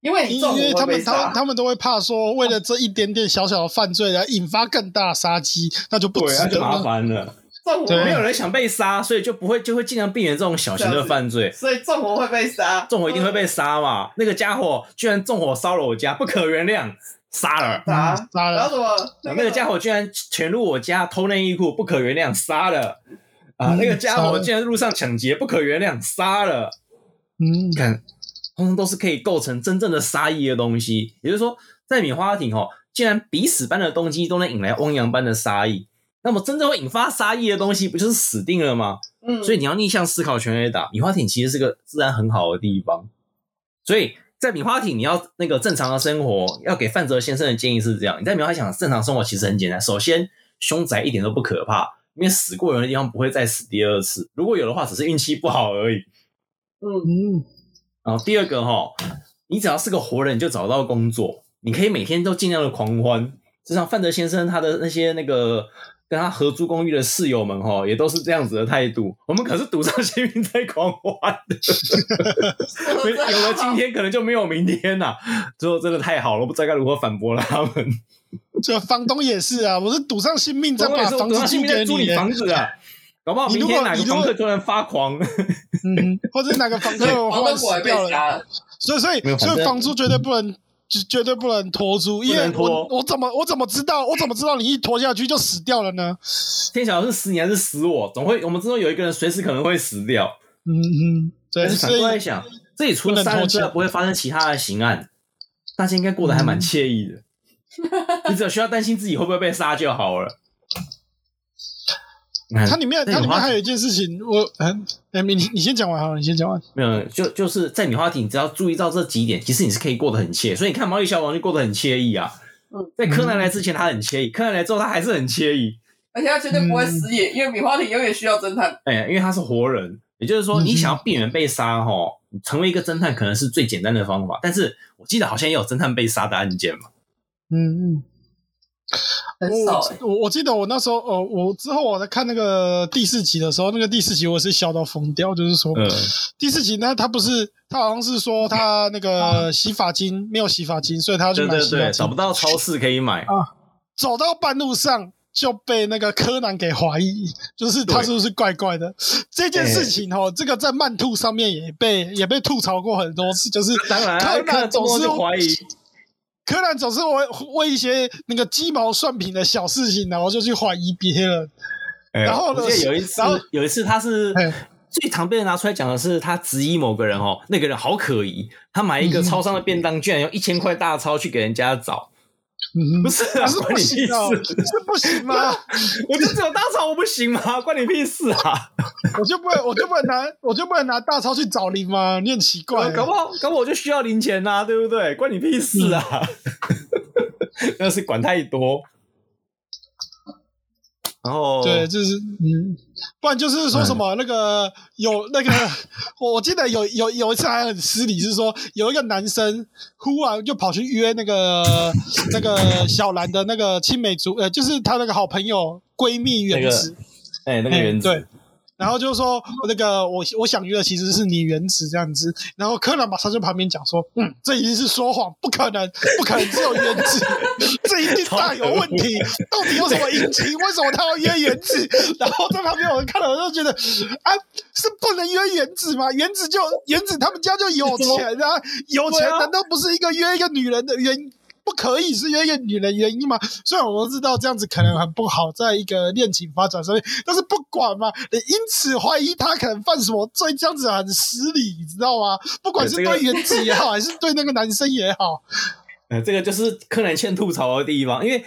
S4: 因为你
S3: 因
S4: 中
S3: 为
S4: 午会
S3: 他们
S4: 被
S3: 他
S4: 杀，
S3: 他们都会怕说，为了这一点点小小的犯罪来引发更大的杀机，那就不
S1: 对，
S3: 值
S1: 那
S3: 得
S1: 就麻
S3: 了。
S1: 烦了。
S4: 纵
S3: 啊对
S4: 火
S1: 没有人想被杀，所以就不会就会尽量避免这种小型的犯罪。
S4: 所以纵火会被杀，
S1: 纵火一定会被杀嘛？那个家伙居然纵火烧了我家，不可原谅，杀了。
S4: 杀
S3: 嗯杀
S4: 啊然后
S3: 了，
S4: 什么？
S1: 啊那个家伙居然潜入我家偷内衣裤，不可原谅，杀了。啊，
S3: 嗯
S1: 那个家
S3: 杀
S1: 伙
S3: 了
S1: 竟然路上抢劫，不可原谅，杀了。
S3: 嗯
S1: 你，看，通通都是可以构成真正的杀意的东西。也就是说，在米花亭哦，竟然鼻屎般的东西都能引来汪洋般的杀意，那么真正会引发杀意的东西，不就是死定了吗？
S4: 嗯，
S1: 所以你要逆向思考全垒打。米花艇其实是个治安很好的地方，所以在米花艇你要那个正常的生活，要给范泽先生的建议是这样：你在米花想正常生活其实很简单，首先凶宅一点都不可怕，因为死过人的地方不会再死第二次，如果有的话只是运气不好而已。
S4: 嗯，
S3: 嗯，
S1: 然后第二个哈，你只要是个活人，你就找到工作，你可以每天都尽量的狂欢。就像范德先生他的那些那个跟他合租公寓的室友们哈，也都是这样子的态度。我们可是赌上性命在狂欢的，没有了今 天可能就没有明天呐、最后真的太好了，不知道该如何反驳了他们。
S3: 这房东也是啊，我是赌上性命再
S1: 我也
S3: 把
S1: 是
S3: 房
S1: 赌
S3: 子
S1: 上性
S3: 租
S1: 命在
S3: 给
S1: 租
S3: 你欸
S1: 你
S3: 耶，
S1: 房子啊，搞不好
S3: 你
S1: 明
S3: 如
S1: 天
S3: 果
S1: 哪个
S3: 你如
S1: 房
S3: 果
S1: 客突然发狂。
S3: 嗯，或者哪个房客
S4: 王
S3: 忽然
S4: 德果
S3: 死
S4: 也被
S3: 掉了，
S4: 杀了，
S3: 所以所以
S1: 没有反
S3: 所
S1: 正
S3: 以房租绝对不能。绝绝对不能拖租，因为
S1: 不能
S3: 我
S1: 拖
S3: 我怎么我怎么知道我怎么知道你一拖下去就死掉了呢？
S1: 天晓得是死你还是死我，总会我们之中有一个人随时可能会死掉。
S3: 嗯嗯，对，
S1: 但是反
S3: 所以
S1: 过来想，这里除了杀人之外，啊不会发生其他的刑案，大家应该过得还
S3: 嗯
S1: 蛮惬意的。你只需要担心自己会不会被杀就好了。哎你
S3: 它
S1: 看，
S3: 里面
S1: 那
S3: 它
S1: 你
S3: 里面
S1: 花
S3: 还有一件事情，我嗯，哎，你你你先讲完好了，你先讲完。
S1: 没有，就就是在米花亭，你只要注意到这几点，其实你是可以过得很惬。所以你看毛利小五郎就过得很惬意啊
S4: 嗯。
S1: 在柯南来之前他很惬意，柯南来之后他还是很惬意。
S4: 而且他绝对不会死
S1: 嗯
S4: 也，因为米花亭永远需要侦探。
S1: 哎、因为他是活人，也就是说，
S3: 嗯哼
S1: 你想要避免被杀，吼，你成为一个侦探可能是最简单的方法。但是我记得好像也有侦探被杀的案件嘛。
S3: 嗯嗯，
S4: 很少欸
S3: 我我我记得我那时候呃，我之后我在看那个第四集的时候，那个第四集我是笑到疯掉，就是说、
S1: 嗯，
S3: 第四集呢，他不是他好像是说他那个洗发精没有洗发精，所以他要去
S1: 对
S3: 买
S1: 对
S3: 洗发
S1: 对，找
S3: 精
S1: 不。到超市可以买，
S3: 走到半路上就被那个柯南给怀疑，就是他
S1: 对
S3: 是不是怪怪的这件事情哦。这个在漫兔上面也被也被吐槽过很多次，就是
S1: 当然啊
S3: 柯
S1: 看了
S3: 南
S1: 这
S3: 总
S1: 么多
S3: 是
S1: 就怀疑，
S3: 柯南总是为为一些那个鸡毛蒜皮的小事情，然后就去怀疑别人。
S1: 哎
S3: 然后呢
S1: 我记得有一次
S3: 然后，
S1: 有一次他是
S3: 哎
S1: 最常被人拿出来讲的是，他质疑某个人哦，那个人好可疑，他买一个超商的便当，居然用一千块大钞去给人家找，
S3: 嗯
S1: 不
S3: 哼，
S1: 是啊，
S3: 是
S1: 关
S3: 不
S1: 你屁
S3: 行哦，
S1: 事！
S3: 是不行吗？
S1: 我就只有大钞，我不行吗？ 关你屁事啊！
S3: 我就不能，我就不能拿，我就不能拿大钞去找零吗？你很奇怪、
S1: 搞不好，搞不好我就需要零钱呐、对不对？关你屁事啊！
S3: 嗯
S1: 那是管太多。然后
S3: 对，就是嗯，不然就是说什
S1: 嗯
S3: 么、那个有那个，我我记得有有有一次还很失礼，是说有一个男生忽然就跑去约那个那个小兰的那个青梅竹呃，就是她那个好朋友闺蜜
S1: 那个
S3: 原子，
S1: 哎，那个
S3: 嗯
S1: 原子，
S3: 对然后就说那个我我想约的其实是你原子这样子，然后柯南马上就旁边讲说，嗯，这一定是说谎，不可能，不可能只有 原子，这一定大有问题，到底有什么隐情？为什么他要约原子？然后在旁边我看了，我就觉得啊，是不能约原子吗？原子就原子他们家就有钱啊，有钱
S1: 对啊
S3: 难道不是一个约一个女人的原因？不可以是约一个女人原因吗？虽然我都知道这样子可能很不好，在一个恋情发展上面，但是不管嘛，你因此怀疑他可能犯什么罪，这样子很失礼，你知道吗？不管是
S1: 对这个
S3: 对原子也好，还是对那个男生也好，
S1: 呃，这个就是柯南欠吐槽的地方，因为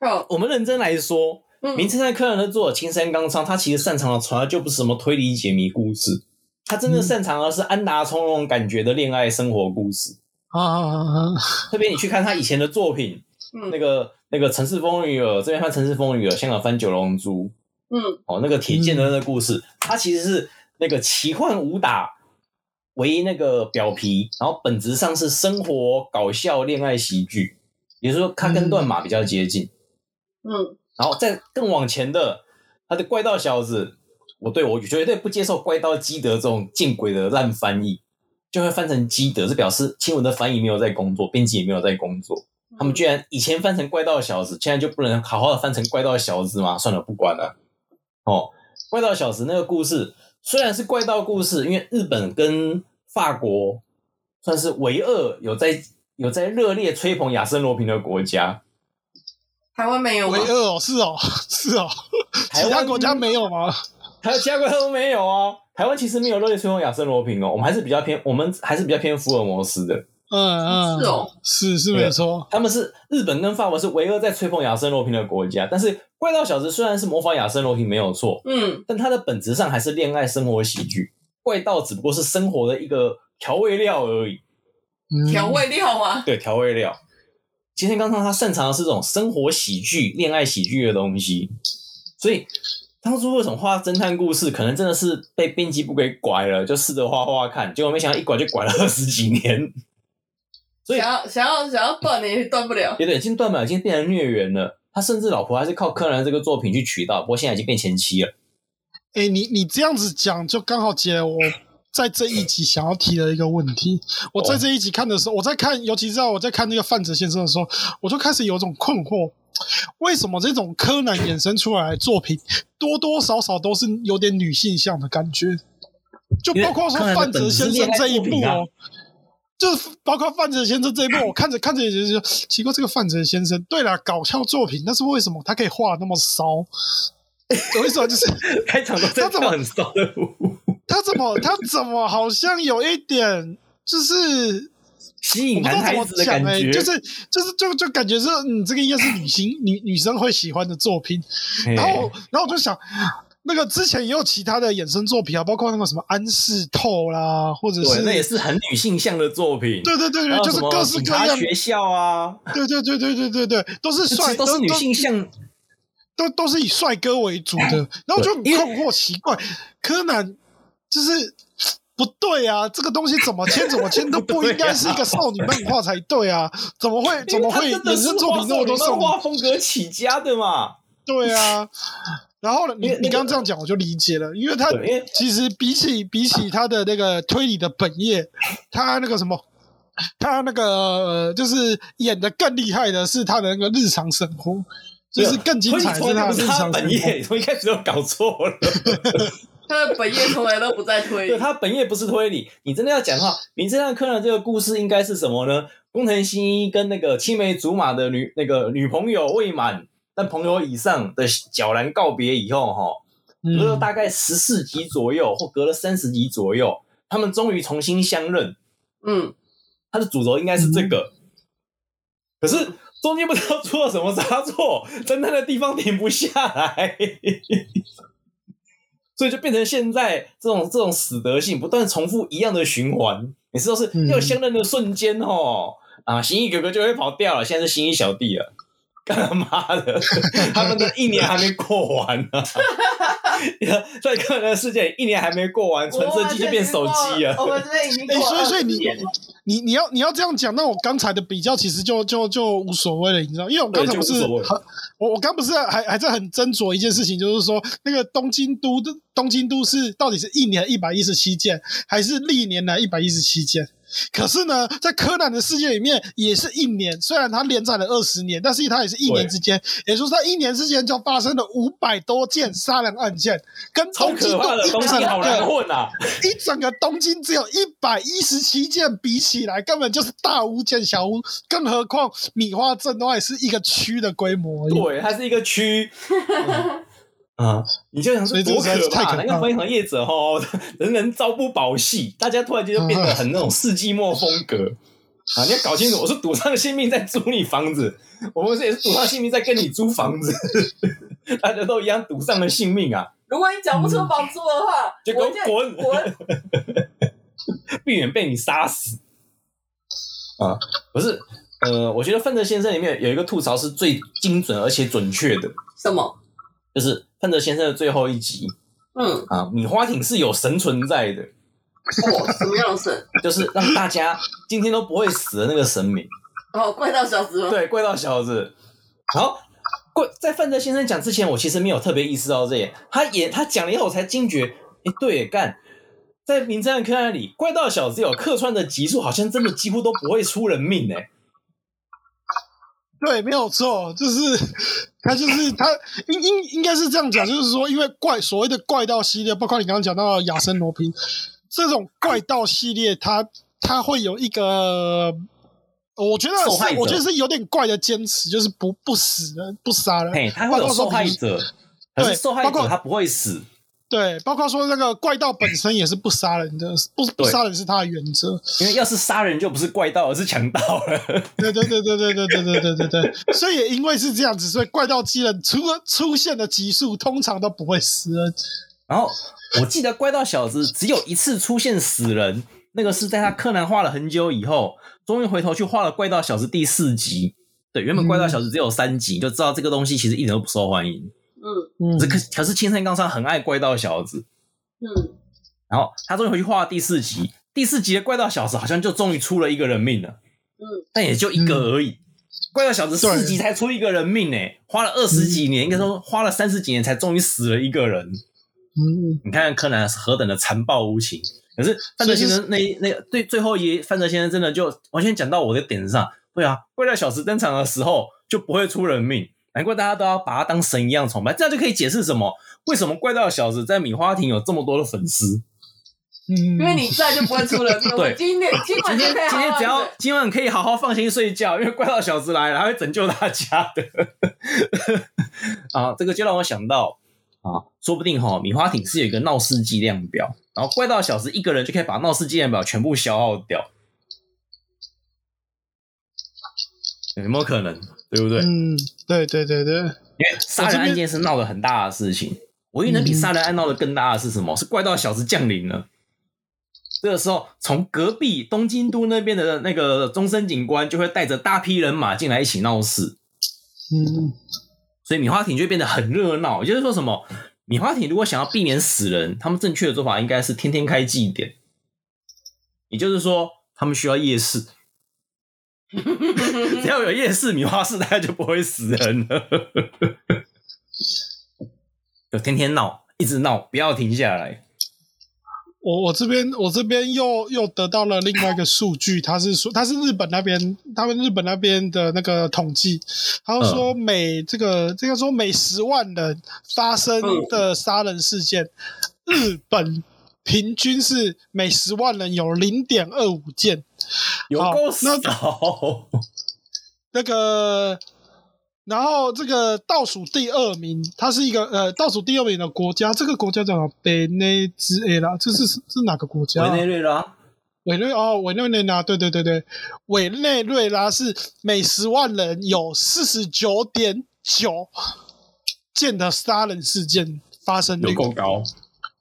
S4: 哦，
S1: 我们认真来说，
S4: 嗯
S1: 名侦探柯南的作者青山刚昌，他其实擅长的从来就不是什么推理解谜故事，他真正擅长的是安达充那种感觉的恋爱生活故事。
S3: 啊啊啊啊！
S1: 特别你去看他以前的作品，
S4: 嗯
S1: 那个那个《城市风云儿》，这边翻《城市风云儿》，香港翻《九龙珠》，
S4: 嗯，
S1: 哦，那个铁剑的那个故事，它其实是那个奇幻武打为那个表皮，然后本质上是生活搞笑恋爱喜剧，也就是说它跟断马比较接近。
S4: 嗯，
S1: 然后再更往前的，他的怪盗小子，我对我绝对不接受怪盗基德这种见鬼的烂翻译，就会翻成基德，这表示新闻的翻译没有在工作，编辑也没有在工作。他
S4: 嗯
S3: 嗯
S1: 们居然以前翻成怪盗小子，现在就不能好好的翻成怪盗小子吗？算了，不管了。哦，怪盗小子那个故事虽然是怪盗故事，因为日本跟法国算是唯二有在有在热烈吹捧亚森罗平的国家，
S4: 台湾没有吗
S3: 唯？二哦，是哦，是哦，
S1: 台湾
S3: 其他国家没有吗？
S1: 还有其他国家都没有啊。台湾其实没有热烈吹捧亚森罗平哦，我们还是比较偏，我们还是比较偏福尔摩斯的。
S3: 嗯嗯，
S4: 是哦，
S3: 是是
S1: 对
S3: 没错，
S1: 他们是日本跟法国是唯二在吹捧亚森罗平的国家，但是怪盗小子虽然是模仿亚森罗平没有错，
S4: 嗯
S1: 但它的本质上还是恋爱生活喜剧。怪盗只不过是生活的一个调味料而已，
S3: 嗯
S4: 调味料吗？
S1: 对，调味料。今天刚刚他擅长的是这种生活喜剧、恋爱喜剧的东西，所以当初为什么画侦探故事，可能真的是被编辑部给拐了，就试着画画看，结果没想到一拐就拐了二十几年，
S4: 想要想要想要断也断不 了。
S1: 有点已经断秒，已经变成孽缘了。他甚至老婆还是靠柯南这个作品去娶到，不过现在已经变前妻了。
S3: 哎、你你这样子讲，就刚好解了我在这一集想要提的一个问题。我
S1: 哦
S3: 在这一集看的时候，我在看，尤其是在我在看那个范泽先生的时候，我就开始有种困惑：为什么这种柯南衍生出来的作品，多多少少都是有点女性向的感觉？就包括说范泽先生这一部
S1: 因为柯南的本质是恋爱作啊
S3: 哦。就是包括范泽先生这一部，我看着看着也觉得奇怪，这个范泽先生，对了，搞笑作品，但是为什么他可以画得那么骚？ 有一种就是
S1: 开场都在
S3: 他怎么
S1: 跳很骚的舞，
S3: 他怎么他怎么好像有一点就是
S1: 吸
S3: 我
S1: 引
S3: 不知
S1: 男
S3: 道怎
S1: 孩
S3: 么
S1: 子的
S3: 讲
S1: 感
S3: 哎、
S1: 觉，
S3: 就是就是就就感觉是嗯，这个应该是女星女女生会喜欢的 作品，
S1: 嘿
S3: 然后然后我就想。那个之前也有其他的衍生作品啊，包括那个什么安室透啦，或者是
S1: 对，那也是很女性向的作品。
S3: 对对对
S1: 还
S3: 对，
S1: 有
S3: 就是
S1: 什么
S3: 各式各
S1: 警察
S3: 样，
S1: 学校啊，
S3: 对对对对对对对，都是
S1: 这其
S3: 帅，
S1: 实 都是女性向。
S3: 都都是以帅哥为主的，然后就很
S1: 因为
S3: 困惑，奇怪，柯南就是不对啊，这个东西怎么签怎么签都不应该是一个少女漫画才对啊，怎么会怎么会
S1: 因为它真的
S3: 衍
S1: 是
S3: 生作品那么多
S1: 画
S3: 少
S1: 漫
S3: 女？
S1: 画风格起家的嘛？
S3: 对啊，然后呢，你
S1: 因为那个
S3: 你刚刚这样讲，我就理解了，因为他
S1: 对因为
S3: 其实比起比起他的那个推理的本业，他那个什么，他那个、呃就是演的更厉害的是他的那个日常生活，就是更精彩的
S1: 啊推理从
S3: 是
S1: 来
S3: 他
S1: 不
S3: 的
S1: 是
S3: 日
S1: 他
S3: 常
S1: 本
S3: 生
S1: 业，
S3: 活。
S1: 你 从一开始就搞错了。
S4: 他的本业从来都不在推
S1: 对，
S4: 理，
S1: 他本业不是推理。你真的要讲的话，《名侦探柯南》这个故事应该是什么呢？工藤新一跟那个青梅竹马的女那个女朋友未满，但朋友以上的皎然告别以后，哈，隔了
S3: 嗯，
S1: 大概十四集左右，或隔了三十集左右，他们终于重新相认。
S4: 嗯，
S1: 它的主轴应该是这个，可是中间不知道出了什么差错，侦探的地方停不下来，所以就变成现在这种这种死德性，不断重复一样的循环。每次都是
S3: 嗯
S1: 要相认的瞬间哦，啊，新一哥哥就会跑掉了，现在是新一小弟了。干嘛的？他们的一年还没过完呢、在个人的世界里，一年还没过完，传真机就变手机啊了。
S4: 我们这边已经过
S3: 哎、
S4: 了
S3: 所以所以
S4: 20
S3: 你
S4: 年了
S3: 你你要你要这样讲，那我刚才的比较其实就就就无所谓了，你知道，因为我刚才不是
S1: 对就无所谓
S3: 很我我刚不是还还在很斟酌一件事情，就是说那个东京都的东京都是到底是一年一百一十七件，还是历年来一百一十七件？可是呢，在柯南的世界里面也是一年，虽然它连载了二十年，但是它也是一年
S1: 对
S3: 之间，也就是它一年之间就发生了五百多件杀人案件，跟
S1: 超
S3: 东
S1: 可
S3: 京都
S1: 怕的
S3: 一
S1: 东
S3: 整
S1: 西，好
S3: 个
S1: 难混啊！
S3: 一整个东京只有一百一十七件，比起来根本就是大巫见小巫，更何况米花镇的话也是一个区的规模而已。
S1: 对，它是一个区。啊、你就想
S3: 嗯所
S1: 说
S3: 以这
S1: 多
S3: 实在是
S1: 可
S3: 太
S1: 怕！
S3: 可怕
S1: 那
S3: 了
S1: 个分行业者哦，人人朝不保夕，大家突然间就变得很那种世纪末风格啊！你要搞清楚，我是赌上性命在租你房子，我们是也是赌上性命在跟你租房子，大家都一样赌上了性命啊！
S4: 如果你缴不出房租的话，
S1: 就给我
S4: 我就
S1: 滚
S4: 滚！
S1: 避免被你杀死。啊，不是，呃，我觉得范德先生里面有一个吐槽是最精准而且准确的，
S4: 什么？
S1: 就是范德先生的最后一集
S4: 嗯，
S1: 啊，米花艇是有神存在的，
S4: 哦，什么样的神？
S1: 就是让大家今天都不会死的那个神明。
S4: 哦，怪盗小子吗？
S1: 对，怪盗小子。然后怪在范德先生讲之前，我其实没有特别意识到这一点。他也他讲了以后，我才惊觉，哎，对，干。在《名侦探柯南》里，怪盗小子有客串的集数，好像真的几乎都不会出人命哎、
S3: 对，没有错，就是 他，就是他，应应应该是这样讲，就是说，因为怪所谓的怪盗系列，包括你刚刚讲到的亚森罗平这种怪盗系列，它它会有一个，呃我觉得
S1: 受害
S3: 是
S1: 者
S3: 我觉得是有点怪的坚持，就是不不死人不杀人，
S1: 嘿，他会有受害者，可是
S3: 对
S1: 受害
S3: 包
S1: 者
S3: 括
S1: 他不会死，
S3: 对，包括说那个怪盗本身也是不杀人的，不不
S1: 对
S3: 杀人是他的原则。
S1: 因为要是杀人就不是怪盗，而是强盗了。
S3: 对对对对对对对对对对对。所以也因为是这样子，所以怪盗基人除了出现的集数，通常都不会死人。
S1: 然后我记得怪盗小子只有一次出现死人，那个是在他柯南画了很久以后，终于回头去画了怪盗小子第四集。对，原本怪盗小子只有三集，就知道这个东西其实一点都不受欢迎。
S4: 嗯
S3: 嗯
S1: 可是可可是青山刚昌很爱怪盗小子，
S4: 嗯，
S1: 然后他终于回去画了第四集，第四集的怪盗小子好像就终于出了一个人命了，
S4: 嗯，
S1: 但也就一个而已。怪盗小子四
S3: 对
S1: 集才出一个人命呢、花了二十几年，应该说花了三十几年才终于死了一个人。
S3: 嗯，
S1: 你看柯南是何等的残暴无情，可是范德先生那那个对最后一范德先生真的就完全讲到我的点上。对啊，怪盗小子登场的时候就不会出人命，难怪大家都要把他当神一样崇拜，这样就可以解释什么为什么怪盗小子在米花亭有这么多的粉丝。
S3: 因
S4: 因为你在就不会出 人命。
S1: 对
S4: 我今天今晚
S1: 今
S4: 就
S1: 天
S4: 可以
S1: 今天
S4: 好好
S1: 只要
S4: 地
S1: 今晚可以好好放心睡觉，因为怪盗小子来了，他会拯救大家的。 啊，这个就让我想到啊，说不定哈、米花艇是有一个闹事计量表，然后怪盗小子一个人就可以把闹事计量表全部消耗掉，有没有可能？对不对？
S3: 嗯，对对对嗯对，
S1: 因为杀人案件是闹得很大的事情，唯一能比杀人案闹得更大的是什么？是怪盗小子降临了。这个时候，从隔壁东京都那边的那个终身警官就会带着大批人马进来一起闹事，
S3: 嗯
S1: 所以米花町就会变得很热闹。也就是说，什么米花町如果想要避免死人，他们正确的做法应该是天天开祭典，也就是说，他们需要夜市。 只要有夜市米花市，大家就不会死人了。有天天闹，一直闹，不要停下来。
S3: 我我这边我这边又又得到了另外一个数据，他是说他是日本那边，他们日本那边的那个统计，他们说每这个这个说每十万人发生的杀人事件，日本平均是每十万人有零点二五件。
S1: 有
S3: 好
S1: 够
S3: 那
S1: 少，
S3: 那个，然后这个倒数第二名，它是一个呃倒数第二名的国家，这个国家叫北内之 A 啦，这是是哪个国家
S1: 委
S3: 啊、
S1: 内瑞拉
S3: 委内哦，委内瑞拉，对对对对，委内瑞拉是每十万人有四十九点九件的杀人事件发生率，
S1: 高，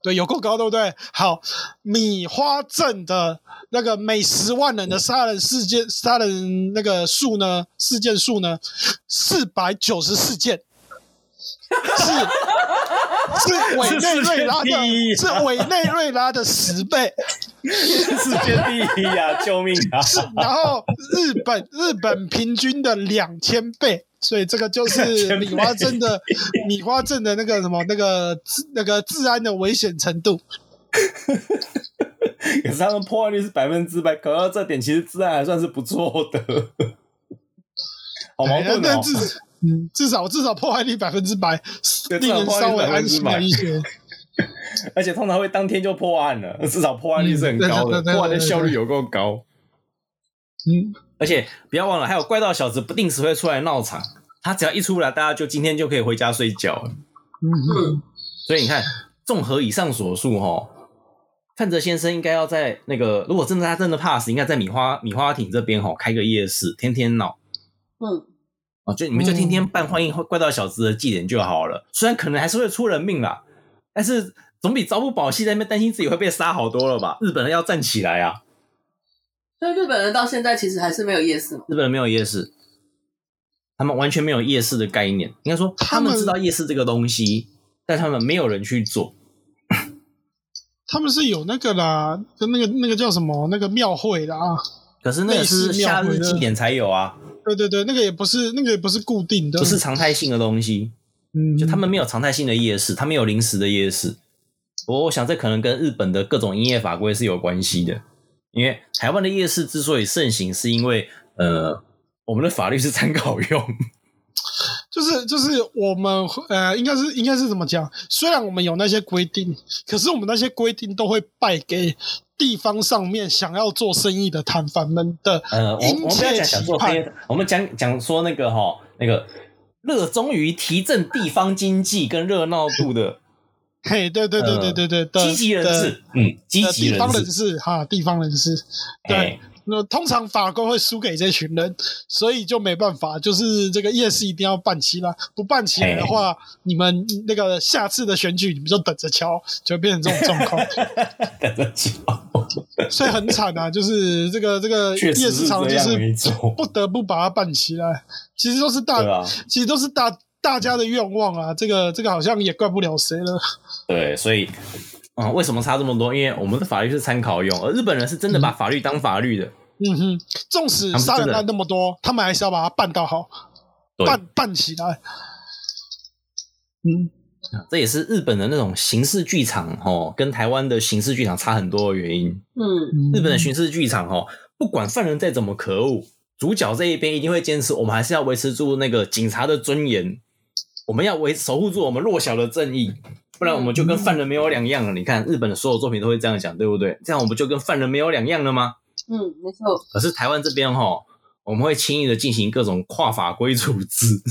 S3: 对，有够高，对不对？好，米花镇的那个每十万人的杀人事件，杀人那个数呢，事件数呢，四百九十四件，是是委内瑞拉的，
S1: 是世界第一
S3: 是委内瑞拉的十倍。
S1: 世界第一呀！救命啊！
S3: 是，然后日本日本平均的两千倍，所以这个就是
S1: 2000倍
S3: 米花镇的米花镇的那个什么那个治那个治安的危险程度。
S1: 可是他们破案率是百分之百，搞到这点，其实治安还算是不错的，好矛
S3: 哎
S1: 盾
S3: 那
S1: 哦。
S3: 至嗯至少至少破坏率百分之百，
S1: 对至
S3: 令
S1: 少
S3: 人
S1: 破坏
S3: 稍
S1: 率
S3: 微安心了
S1: 100%
S3: 一些。
S1: 而且通常会当天就破案 了，至少破案率是很高的，
S3: 嗯对对对对
S1: 破案的效率有够高。
S3: 嗯，
S1: 而且不要忘了，还有怪盗小子不定时会出来闹场，他只要一出来，大家就今天就可以回家睡觉了。
S3: 嗯
S1: 所以你看，综合以上所述，哈，范泽先生应该要在那个，如果真的他真的怕死，应该在米花米花町这边哈开个夜市，天天闹
S4: 嗯，
S1: 啊，就你们就天天办欢迎怪盗小子的祭典就好了。虽然可能还是会出人命啦，但是总比朝不保夕在那边担心自己会被杀好多了吧？日本人要站起来啊！
S4: 所以日本人到现在其实还是没有夜市嘛。
S1: 日本人没有夜市，他们完全没有夜市的概念。应该说，他
S3: 他们
S1: 们知道夜市这个东西，但他们没有人去做。
S3: 他们是有那个啦，跟那个那个叫什么那个庙会啦。啊。
S1: 可是那个是
S3: 类似庙
S1: 夏
S3: 会
S1: 日
S3: 的
S1: 祭典才有啊，
S3: 对对对，那个也不是那个也不是固定的，
S1: 不是常态性的东西。
S3: 嗯，
S1: 就他们没有常态性的夜市，他们有临时的夜市。不过我想这可能跟日本的各种营业法规是有关系的，因为台湾的夜市之所以盛行，是因为呃我们的法律是参考用。
S3: 就是就是我们呃，应该是应该是怎么讲？虽然我们有那些规定，可是我们那些规定都会败给地方上面想要做生意的摊贩们的
S1: 呃，我我
S3: 殷
S1: 们不要
S3: 切
S1: 讲讲
S3: 期
S1: 做
S3: 盼。
S1: 黑的，我们讲讲说那个哈，那个热衷于提振地方经济跟热闹度的
S3: 嘿，对对对对对对， 的
S1: 嗯积极人士，嗯，积
S3: 的的
S1: 极
S3: 地方
S1: 人
S3: 人
S1: 士，
S3: 士哈，地方人士，对
S1: 哎，
S3: 那通常法官会输给这群人，所以就没办法，就是这个夜市一定要办起来，不办起来的话，你们那个下次的选举你们就等着瞧，就会变成这 种状况。
S1: 等着 瞧，
S3: 所以很 惨啊，就是这个这个
S1: 确
S3: 夜
S1: 实
S3: 市
S1: 是
S3: 场
S1: 这
S3: 就
S1: 样
S3: 是
S1: 没 错，
S3: 不得不把它办起来，其实都是大，
S1: 对啊，
S3: 其实都是大大家的愿望啊，这个这个好像也怪不了谁了，
S1: 对，所以，嗯，为什么差这么多？因为我们的法律是参考用，而日本人是真的把法律当法律的，
S3: 嗯哼，纵使
S1: 他们真
S3: 杀
S1: 的
S3: 人案那么多，他们还是要把它办到好，
S1: 对，
S3: 办办起来，嗯，
S1: 这也是日本的那种形式剧场哦，跟台湾的形式剧场差很多的原因。
S4: 嗯，
S1: 日本的巡视剧场哦，不管犯人再怎么可恶，主角这一边一定会坚持，我们还是要维持住那个警察的尊严，我们要维守护住我们弱小的正义，不然我们就跟犯人没有两样了。你看日本的所有作品都会这样讲，对不对？这样我们就跟犯人没有两样了吗？
S4: 嗯，没错。
S1: 可是台湾这边哈，我们会轻易的进行各种跨法规处置，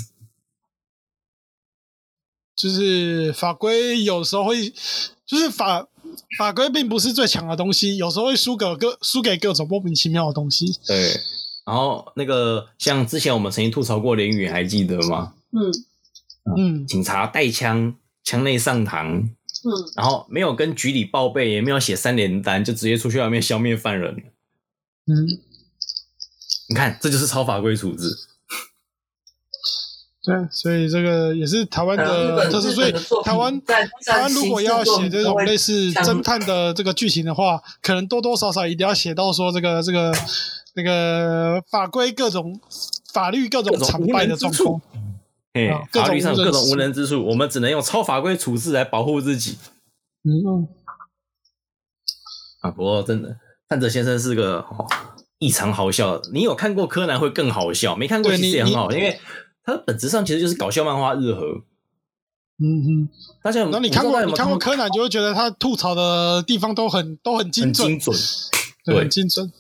S3: 就是法规有时候会，就是法法规并不是最强的东西，有时候会输给各输给各种莫名其妙的东西，
S1: 对。然后那个像之前我们曾经吐槽过林允，还记得吗？
S4: 嗯
S3: 嗯。
S1: 警察带枪，枪内上膛，
S4: 嗯，
S1: 然后没有跟局里报备，也没有写三联单，就直接出去外面消灭犯人。
S3: 嗯，
S1: 你看，这就是超法规处置。
S3: 对，啊所以这个也是台湾
S4: 啊日
S3: 的，
S4: 本
S3: 就是
S4: 日
S3: 所
S4: 本
S3: 以
S4: 的作品
S3: 台湾
S4: 在
S3: 台湾如果要写这种类似
S4: 在
S3: 侦探的这个剧情的话，可能多多少少一定要写到说这个这个那个法规各种法律各种
S1: 各种
S3: 常败的状况，
S1: 嘿
S3: 啊，各种
S1: 法律上
S3: 无人
S1: 哦各种
S3: 之
S1: 无能之处，我们只能用超法规处置来保护自己
S3: 嗯，
S1: 啊。不过真的，范泽先生是个、哦、异常好笑的。你有看过柯南会更好笑，没看过
S3: 对
S1: 其实也
S3: 你
S1: 很好，因为它本质上其实就是搞笑漫画日和。
S3: 嗯嗯，
S1: 大家有，
S3: 然后你
S1: 不知道
S3: 看过
S1: 大家有没
S3: 你
S1: 有
S3: 看
S1: 过
S3: 过柯南，就会觉得他吐槽的地方都很都很精
S1: 很
S3: 准
S1: 精，准，
S3: 对，
S1: 对
S3: 很精准。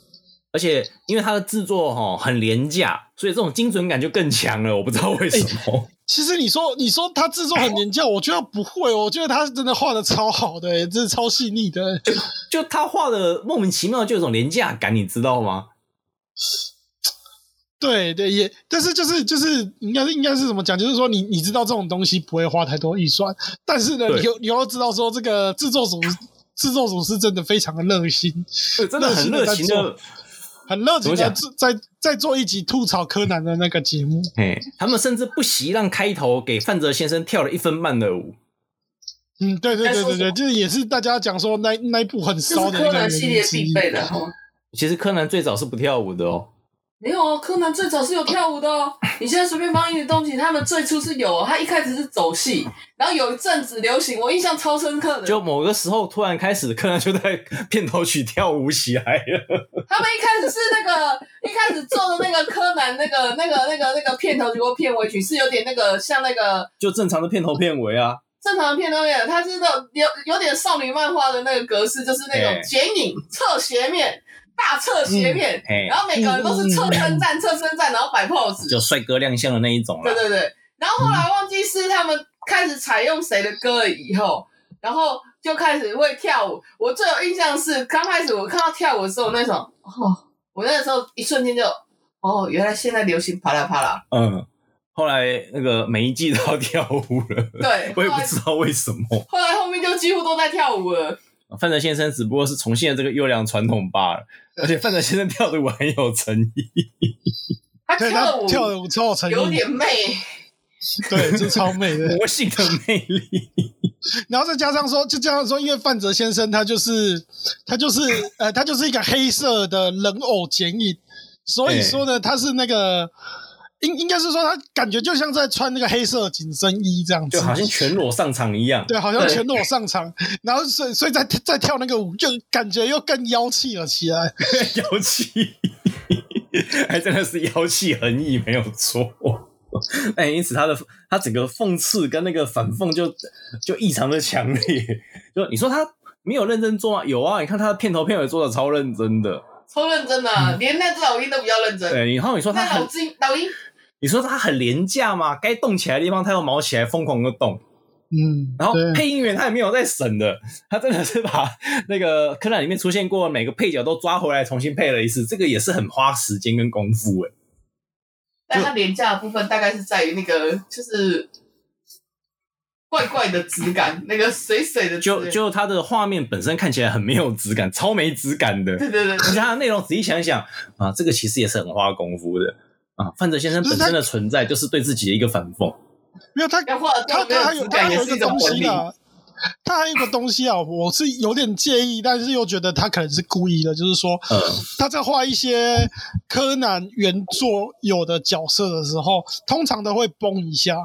S1: 而且因为它的制作哈很廉价，所以这种精准感就更强了。我不知道为什么，
S3: 其实你说你说他制作很廉价，我觉得不会，我觉得他真的画的超好的、欸，真的超细腻的、欸。
S1: 就他画的莫名其妙就有种廉价感，你知道吗？
S3: 对对，也但是就是就是应该是应该是怎么讲？就是说你你知道这种东西不会花太多预算，但是呢，
S1: 对
S3: 你又你又知道说这个制作组制作组是真的非常的热心，
S1: 对真的很热情
S3: 热情地
S1: 的
S3: 在做，很热情
S1: 怎
S3: 的
S1: 么
S3: 在在做一集吐槽柯南的那个节目。
S1: 嘿，他们甚至不惜让开头给范泽先生跳了一分半的舞。
S3: 嗯，对对
S4: 该
S3: 对
S4: 说
S3: 对
S4: 什么
S3: 对，就是也是大家讲说那那一部很
S4: 这
S3: 骚
S4: 是
S3: 的
S4: 柯
S3: 那个
S4: 南系列
S3: 原因之一
S4: 必备的，好吗？
S1: 其实柯南最早是不跳舞的哦，
S4: 没有哦，柯南最早是有跳舞的哦。你现在随便翻一个东西，他们最初是有、哦，他一开始是走戏，然后有一阵子流行，我印象超深刻的。
S1: 就某个时候突然开始，柯南就在片头曲跳舞起来了。
S4: 他们一开始是那个一开始做的那个柯南那个那个那个那个片头曲或片尾曲是有点那个像那个
S1: 就正常的片头片尾啊，
S4: 正常的片头曲，它是那种有有点少女漫画的那个格式，就是那
S1: 哎
S4: 种剪影、侧斜面、大侧斜
S3: 嗯
S4: 面，
S1: 嘿
S4: 然，后每个人都是侧身站、侧身站，然后摆 pose。
S1: 就帅哥亮相的那一种啦
S4: 对。对对，然后后来忘记是他们开始采用谁的歌了以后，然后就开始会跳舞。我最有印象是刚开始我看到跳舞的时候，我那种哦，我那时候一瞬间就哦，原来现在流行啪啦啪啦，
S1: 嗯，后来那个每一季都要跳舞了，
S4: 对，
S1: 我也
S4: 后
S1: 不
S4: 来
S1: 知道为什么。
S4: 后来后面就几乎都在跳舞了。
S1: 范德先生只不过是重现了这个优良传统罢了，而且范德先生跳的舞很有诚意。
S4: 他
S3: 对
S4: 跳
S3: 他
S4: 的舞
S3: 跳的舞超有诚
S4: 有
S3: 意，
S4: 点媚，
S3: 对，这超美 的。
S1: 魔性的魅力。
S3: 然后再加上说，就加上说，因为范泽先生他就是他就是呃，他就是一个黑色的人偶剪影，所以说
S1: 哎
S3: 呢，他是那个应应该是说他感觉就像在穿那个黑色紧身衣这样子
S1: 就，好像全裸上场一样。
S3: 对，好像
S4: 对
S3: 全裸上场，然后所以所以再再跳那个舞，就感觉又更妖气了起来。
S1: 妖气，还真的是妖气横溢，没有错。哎，因此他的他整个讽刺跟那个反讽就就异常的强烈。就你说他没有认真做吗？有啊，你看他的片头片尾做的超认真的。
S4: 超认真的、啊，连那只老鹰都比较认真。
S1: 嗯对，然后你说他
S4: 那老
S1: 很，
S4: 鹰老鹰
S1: 你说他很廉价嘛？该动起来的地方他要毛起来，疯狂的动。
S3: 嗯，
S1: 然后
S3: 对
S1: 配音员他也没有在省的，他真的是把那个柯南里面出现过的每个配角都抓回来重新配了一次，这个也是很花时间跟功夫哎、
S4: 但它廉价的部分大概是在于那个就是怪怪的质感，那个水水的质
S1: 就就它的画面本身看起来很没有质感，超没质感的。
S4: 对对对
S1: 可是它的内容仔细想一想啊，这个其实也是很花功夫的啊。范泽先生本身的存在就是对自己的一个反讽，
S3: 没有他
S4: 要画的
S3: 他
S4: 没
S3: 他还
S4: 有
S3: 有
S4: 质
S3: 他
S4: 感
S3: 还
S4: 也
S3: 有一
S4: 是
S3: 个
S4: 一种
S3: 东
S4: 文
S3: 西啊
S4: 明。
S3: 的，他还有一个东西啊，我是有点介意，但是又觉得他可能是故意的，就是说
S1: 嗯，
S3: 他在画一些柯南原作有的角色的时候，通常都会崩一下，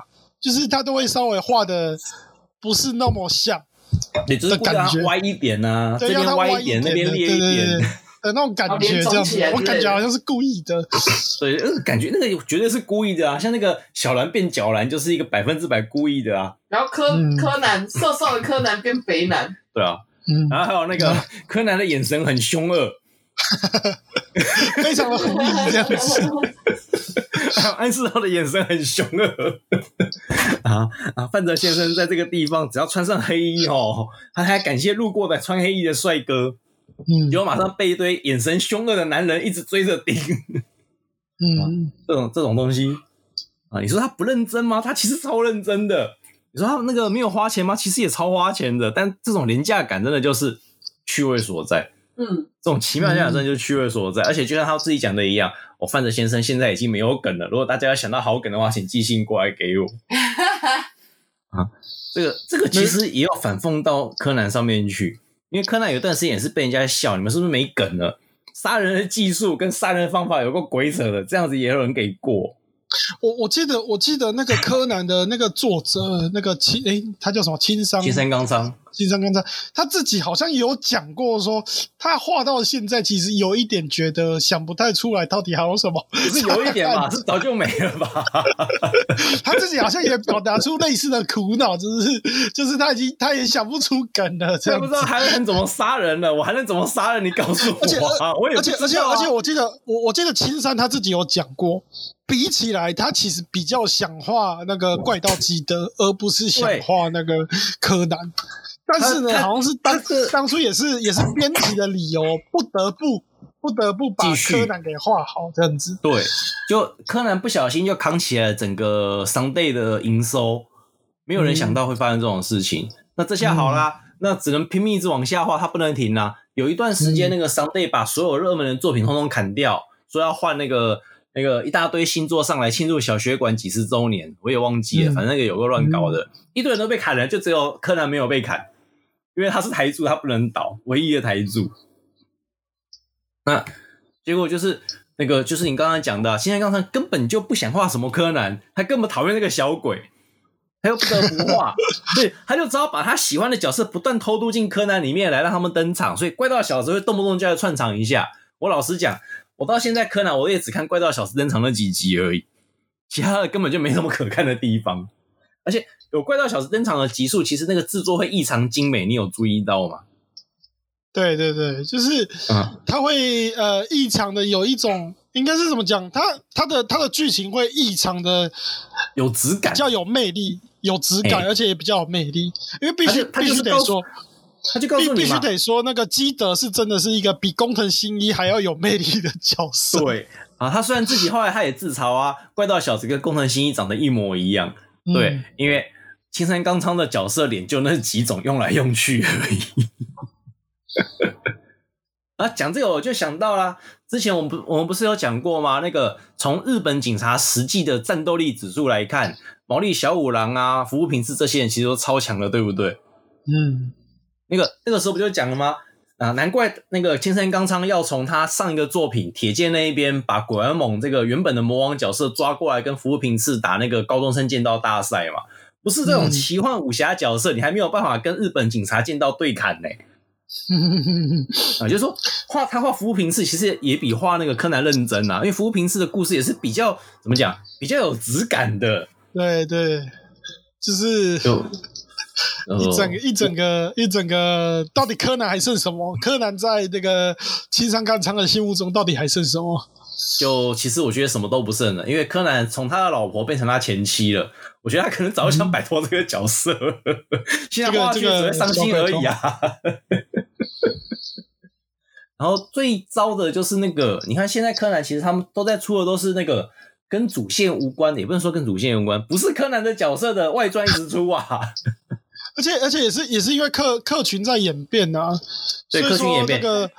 S3: 就是他都会稍微画的不是那么像，
S1: 也就是故意让
S3: 的感
S1: 它
S3: 觉
S1: 歪一点呐、啊这
S3: 对，让
S1: 边
S3: 他
S1: 歪
S3: 歪
S1: 一点，那
S3: 的
S1: 边
S3: 对
S1: 裂
S3: 对
S1: 一
S3: 对
S1: 点
S3: 对，的那种感觉，这样子，我感觉好像是故意的。
S1: 对，那个呃感觉那个绝对是故意的啊。像那个小兰变角兰，就是一个百分之百故意的啊。
S4: 然后柯
S3: 嗯
S4: 柯南瘦瘦的柯南变肥男，
S1: 对啊，
S3: 嗯，
S1: 然后还有那 个柯南的眼神很凶恶，
S3: 非常的狐 狸这样子，
S1: 还有安室透的眼神很凶恶啊啊！范泽先生在这个地方，只要穿上黑衣哦，他还感谢路过的穿黑衣的帅哥，
S3: 嗯
S1: 结果马上被一堆眼神凶恶的男人一直追着盯，
S3: 嗯，
S1: 这种这种东西啊，你说他不认真吗？他其实超认真的。你说他那个没有花钱吗？其实也超花钱的，但这种廉价感真的就是趣味所在。
S4: 嗯，
S1: 这种奇妙的假真的就是趣味所在。而且就像他自己讲的一样，我范泽先生现在已经没有梗了。如果大家要想到好梗的话，请寄信过来给我。啊，这个这个其实也有反讽到柯南上面去，因为柯南有段时间也是被人家笑，你们是不是没梗了？杀人的技术跟杀人的方法有个鬼扯的，这样子也有人给过。
S3: 我我记得我记得那个柯南的那个作者，呃那个青诶、他叫什么？青山
S1: 青山刚昌，
S3: 青山刚昌，他自己好像也有讲过说，他画到现在其实有一点觉得想不太出来到底还有什么，
S1: 是有一点吧，是早就没了吧？
S3: 他自己好像也表达出类似的苦恼，就是就是他已经他也想不出梗了，这
S1: 我
S3: 样
S1: 不
S3: 子
S1: 知道还能怎么杀人了，我还能怎么杀人？你告诉
S3: 而且
S1: 我啊！我也
S3: 而
S1: 不
S3: 且而
S1: 知
S3: 且
S1: 道啊
S3: 而且，我记得我我记得青山他自己有讲过，比起来他其实比较想画那个怪盗基德，而不是想画那个柯南。但是呢，
S1: 他他
S3: 好像是当
S1: 他是
S3: 当初也是也是编辑的理由，不得不不得不把
S1: 继续
S3: 柯南给画好这样子。
S1: 对，就柯南不小心就扛起了整个 Sunday 的营收，没有人想到会发生这种事情。那这下好啦，那只能拼命一直往下画，它不能停啦。有一段时间，那个 Sunday 把所有热门的作品通通砍掉，说要换那个那个一大堆新作上来庆祝小学馆几十周年，我也忘记了，
S3: 嗯
S1: 反正那个有个乱搞的，一堆人都被砍了，就只有柯南没有被砍，因为他是台柱，他不能倒，唯一的台柱。那结果就是那个，就是你刚才讲的啊，现在刚才根本就不想画什么柯南，他根本讨厌那个小鬼，他又不得不画，对，他就只好把他喜欢的角色不断偷渡进柯南里面来让他们登场，所以怪盗小子会动不动就要串场一下。我老实讲，我到现在柯南我也只看怪盗小子登场那几集而已，其他的根本就没什么可看的地方。而且有怪盗小子登场的集数，其实那个制作会异常精美，你有注意到吗？
S3: 对对对，就是
S1: 嗯
S3: 他会呃异常的有一种。应该是怎么讲？他他的他的剧情会异常的
S1: 有质感
S3: 比，较有魅力、有质感，
S1: 哎
S3: 而且也比较有魅力，因为必须
S1: 而且他
S3: 必
S1: 就是
S3: 须得
S1: 告诉
S3: 说，
S1: 他就告诉
S3: 必
S1: 你
S3: 必须
S1: 嘛，
S3: 得说，那个基德是真的是一个比工藤新一还要有魅力的角色。，
S1: 对啊，他虽然自己后来他也自嘲啊，怪盗小子跟工藤新一长得一模一样，对，
S3: 嗯
S1: 因为青山刚昌的角色脸就那几种用来用去而已。啊，讲这个我就想到啦，之前我们不我们不是有讲过吗？那个从日本警察实际的战斗力指数来看，毛利小五郎啊、服部平次这些人其实都超强的，对不对？
S3: 嗯，
S1: 那个那个时候不就讲了吗？啊，难怪那个青山刚昌要从他上一个作品《铁剑》那一边把果然猛这个原本的魔王角色抓过来，跟服部平次打那个高中生剑道大赛嘛。不是这种
S3: 嗯
S1: 奇幻武侠角色，你还没有办法跟日本警察剑道对砍呢、
S3: 嗯
S1: 啊，就是说画他画服部平次，其实也比画那个柯南认真啊，因为服部平次的故事也是比较怎么讲，比较有质感的。
S3: 对对，就是呃
S1: 就哦
S3: 一整个一整个一整个，到底柯南还剩什么？柯南在那个青山刚昌的心目中到底还剩什么？
S1: 就其实我觉得什么都不剩了，因为柯南从他的老婆变成他前妻了，我觉得他可能早就想摆脱这个角 色，现在画下去
S3: 这个
S1: 只会伤心而已啊。然后最糟的就是那个，你看现在柯南其实他们都在出的都是那个跟主线无关的，也不能说跟主线无关，不是柯南的角色的外传一直出 啊。
S3: 而且而且也是也是因为客客群在演变啊，
S1: 对
S3: 所以
S1: 客群
S3: 说
S1: 演
S3: 那
S1: 变
S3: 个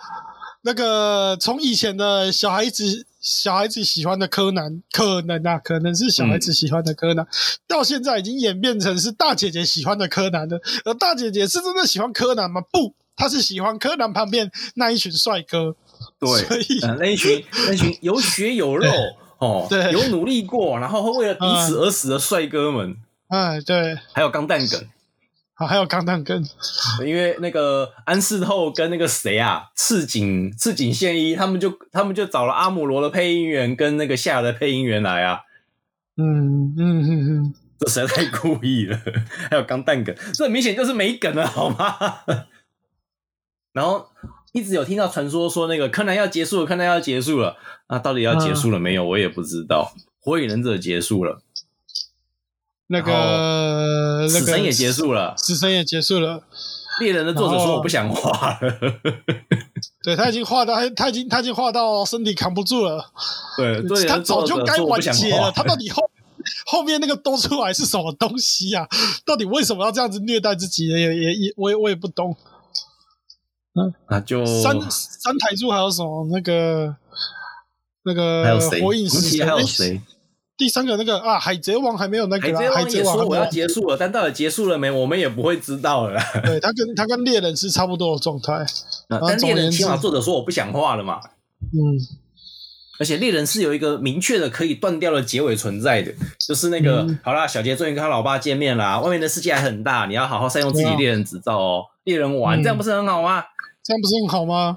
S3: 那个从以前的小孩子小孩子喜欢的柯南，可能啊可能是小孩
S1: 嗯
S3: 子喜欢的柯南，到现在已经演变成是大姐姐喜欢的柯南了。而大姐姐是真的喜欢柯南吗？不，她是喜欢柯南旁边那一群帅哥。所以
S1: 嗯， 那一群那一群有血有肉哦，
S3: 对嗯
S1: 有努力过，然后会为了彼此而死的帅哥们，
S3: 哎，对，
S1: 还有钢弹梗。
S3: 好，还有钢弹根，
S1: 因为那个安室透跟那个谁啊，赤井赤井宪一，他们就他们就找了阿姆罗的配音员跟那个夏尔的配音员来啊，
S3: 嗯嗯嗯嗯，
S1: 这实在太故意了。 还有钢蛋梗，这明显就是没梗了，好吗？ 然后一直有听到传说说那个柯南要结束了，柯南要结束了，那、到底要结束了没
S3: 嗯
S1: 有？我也不知道。火影忍者结束了，
S3: 那个那
S1: 死
S3: 个
S1: 神也结，束了，
S3: 死神也结束了。
S1: 猎人的作者
S3: 然后
S1: 说我不想画了。
S3: 对他已经画到，他他已经他已经画到身体扛不住了，
S1: 呃对，猎人
S3: 哦他
S1: 的作
S3: 早
S1: 者
S3: 就该
S1: 说我
S3: 完
S1: 不想
S3: 结
S1: 画
S3: 了。他到底后后面那个多出来是什么东西啊？到底为什么要这样子虐待自己？也也也，我也我也不懂。
S1: 啊，就
S3: 三三台柱还有什么那个那个
S1: 还有谁？
S3: 呃火影
S1: 红
S3: 死
S1: 旗
S3: 神
S1: 还有
S3: 诶
S1: 谁？
S3: 第三个那个啊，海贼王还没有那个
S1: 海
S3: 啦
S1: 贼王也
S3: 还
S1: 说
S3: 没
S1: 我
S3: 有
S1: 要结束了，但到底结束了没，我们也不会知道 了啦。
S3: 对他跟他跟猎人是差不多的状态。
S1: 但猎
S3: 总而
S1: 人
S3: 言之
S1: 起码作者说我不想画了嘛。
S3: 嗯，
S1: 而且猎人是有一个明确的可以断掉的结尾存在的，就是那个、
S3: 嗯
S1: 好啦，小杰终于跟他老爸见面啦，外面的世界还很大，你要好好善用自己
S3: 对啊
S1: 猎人执照哦，猎人玩、
S3: 嗯
S1: 这样不是很好吗？
S3: 这样不是很好吗？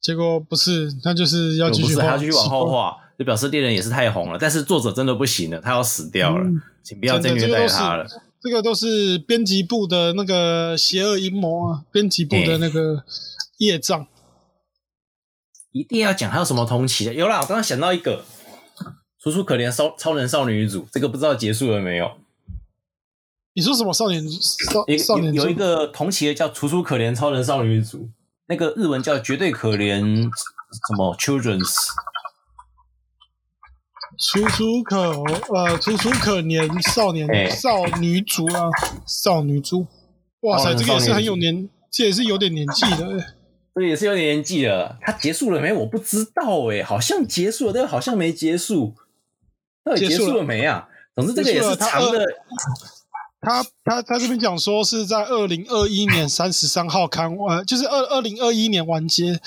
S3: 结果不是，他就是要
S1: 不
S3: 继续
S1: 是，还
S3: 画
S1: 要继续往后画，就表示猎人也是太红了，但是作者真的不行了，他要死掉了，
S3: 嗯
S1: 请不要再
S3: 真
S1: 虐
S3: 的这个
S1: 待
S3: 都是
S1: 他了。
S3: 这个都是编辑部的那个邪恶阴谋啊，编辑部的那个业障。
S1: 一定要讲还有什么同期的？有啦，我刚刚想到一个，楚楚可怜超超人少女组，这个不知道结束了没有？
S3: 你说什么少年少
S1: 有
S3: 少
S1: 有
S3: 年
S1: 有一
S3: 中
S1: 个同期的叫楚楚可怜超人少女组，那个日文叫绝对可怜什么 Children's，
S3: 楚楚可呃楚楚可怜少年、
S1: 哎
S3: 少女族啊，少女族，哇塞，
S1: 少
S3: 这
S1: 年
S3: 个也是很
S1: 少
S3: 有
S1: 女
S3: 年，这也是有点年纪的。哎
S1: 这也是有点年纪了。它结束了没？我不知道哎、好像结束了，但好像没结束，到底结
S3: 结
S1: 束
S3: 束
S1: 了
S3: 了
S1: 没啊？总之这个
S3: 结
S1: 也
S3: 束了
S1: 是长
S3: 它
S1: 的
S3: 二，他他他这边讲说是在二零二一年三十三号刊呃，就是二二零二一年完结，然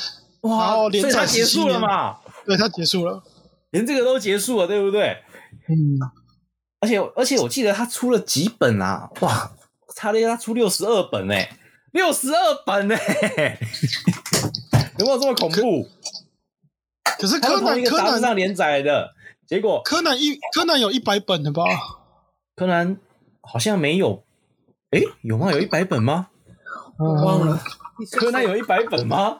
S1: 哇，
S3: 后
S1: 所
S3: 连
S1: 以它
S3: 载
S1: 结
S3: 17
S1: 束了
S3: 年
S1: 嘛？
S3: 对他结束了。
S1: 连这个都结束了，对不对？
S3: 嗯，
S1: 而且而且我记得他出了几本啊，哇，查了一下，他出六十二本哎、六十二本哎、 有没有这么恐怖？
S3: 可是
S1: 他
S3: 柯
S1: 是从
S3: 南
S1: 一个
S3: 柯
S1: 杂志
S3: 南
S1: 上连载的，结果
S3: 柯南一柯南有一百本的吧？
S1: 柯南好像没有，哎、有吗？有一百本吗？嗯
S3: 忘了。
S1: 柯南有一百本吗？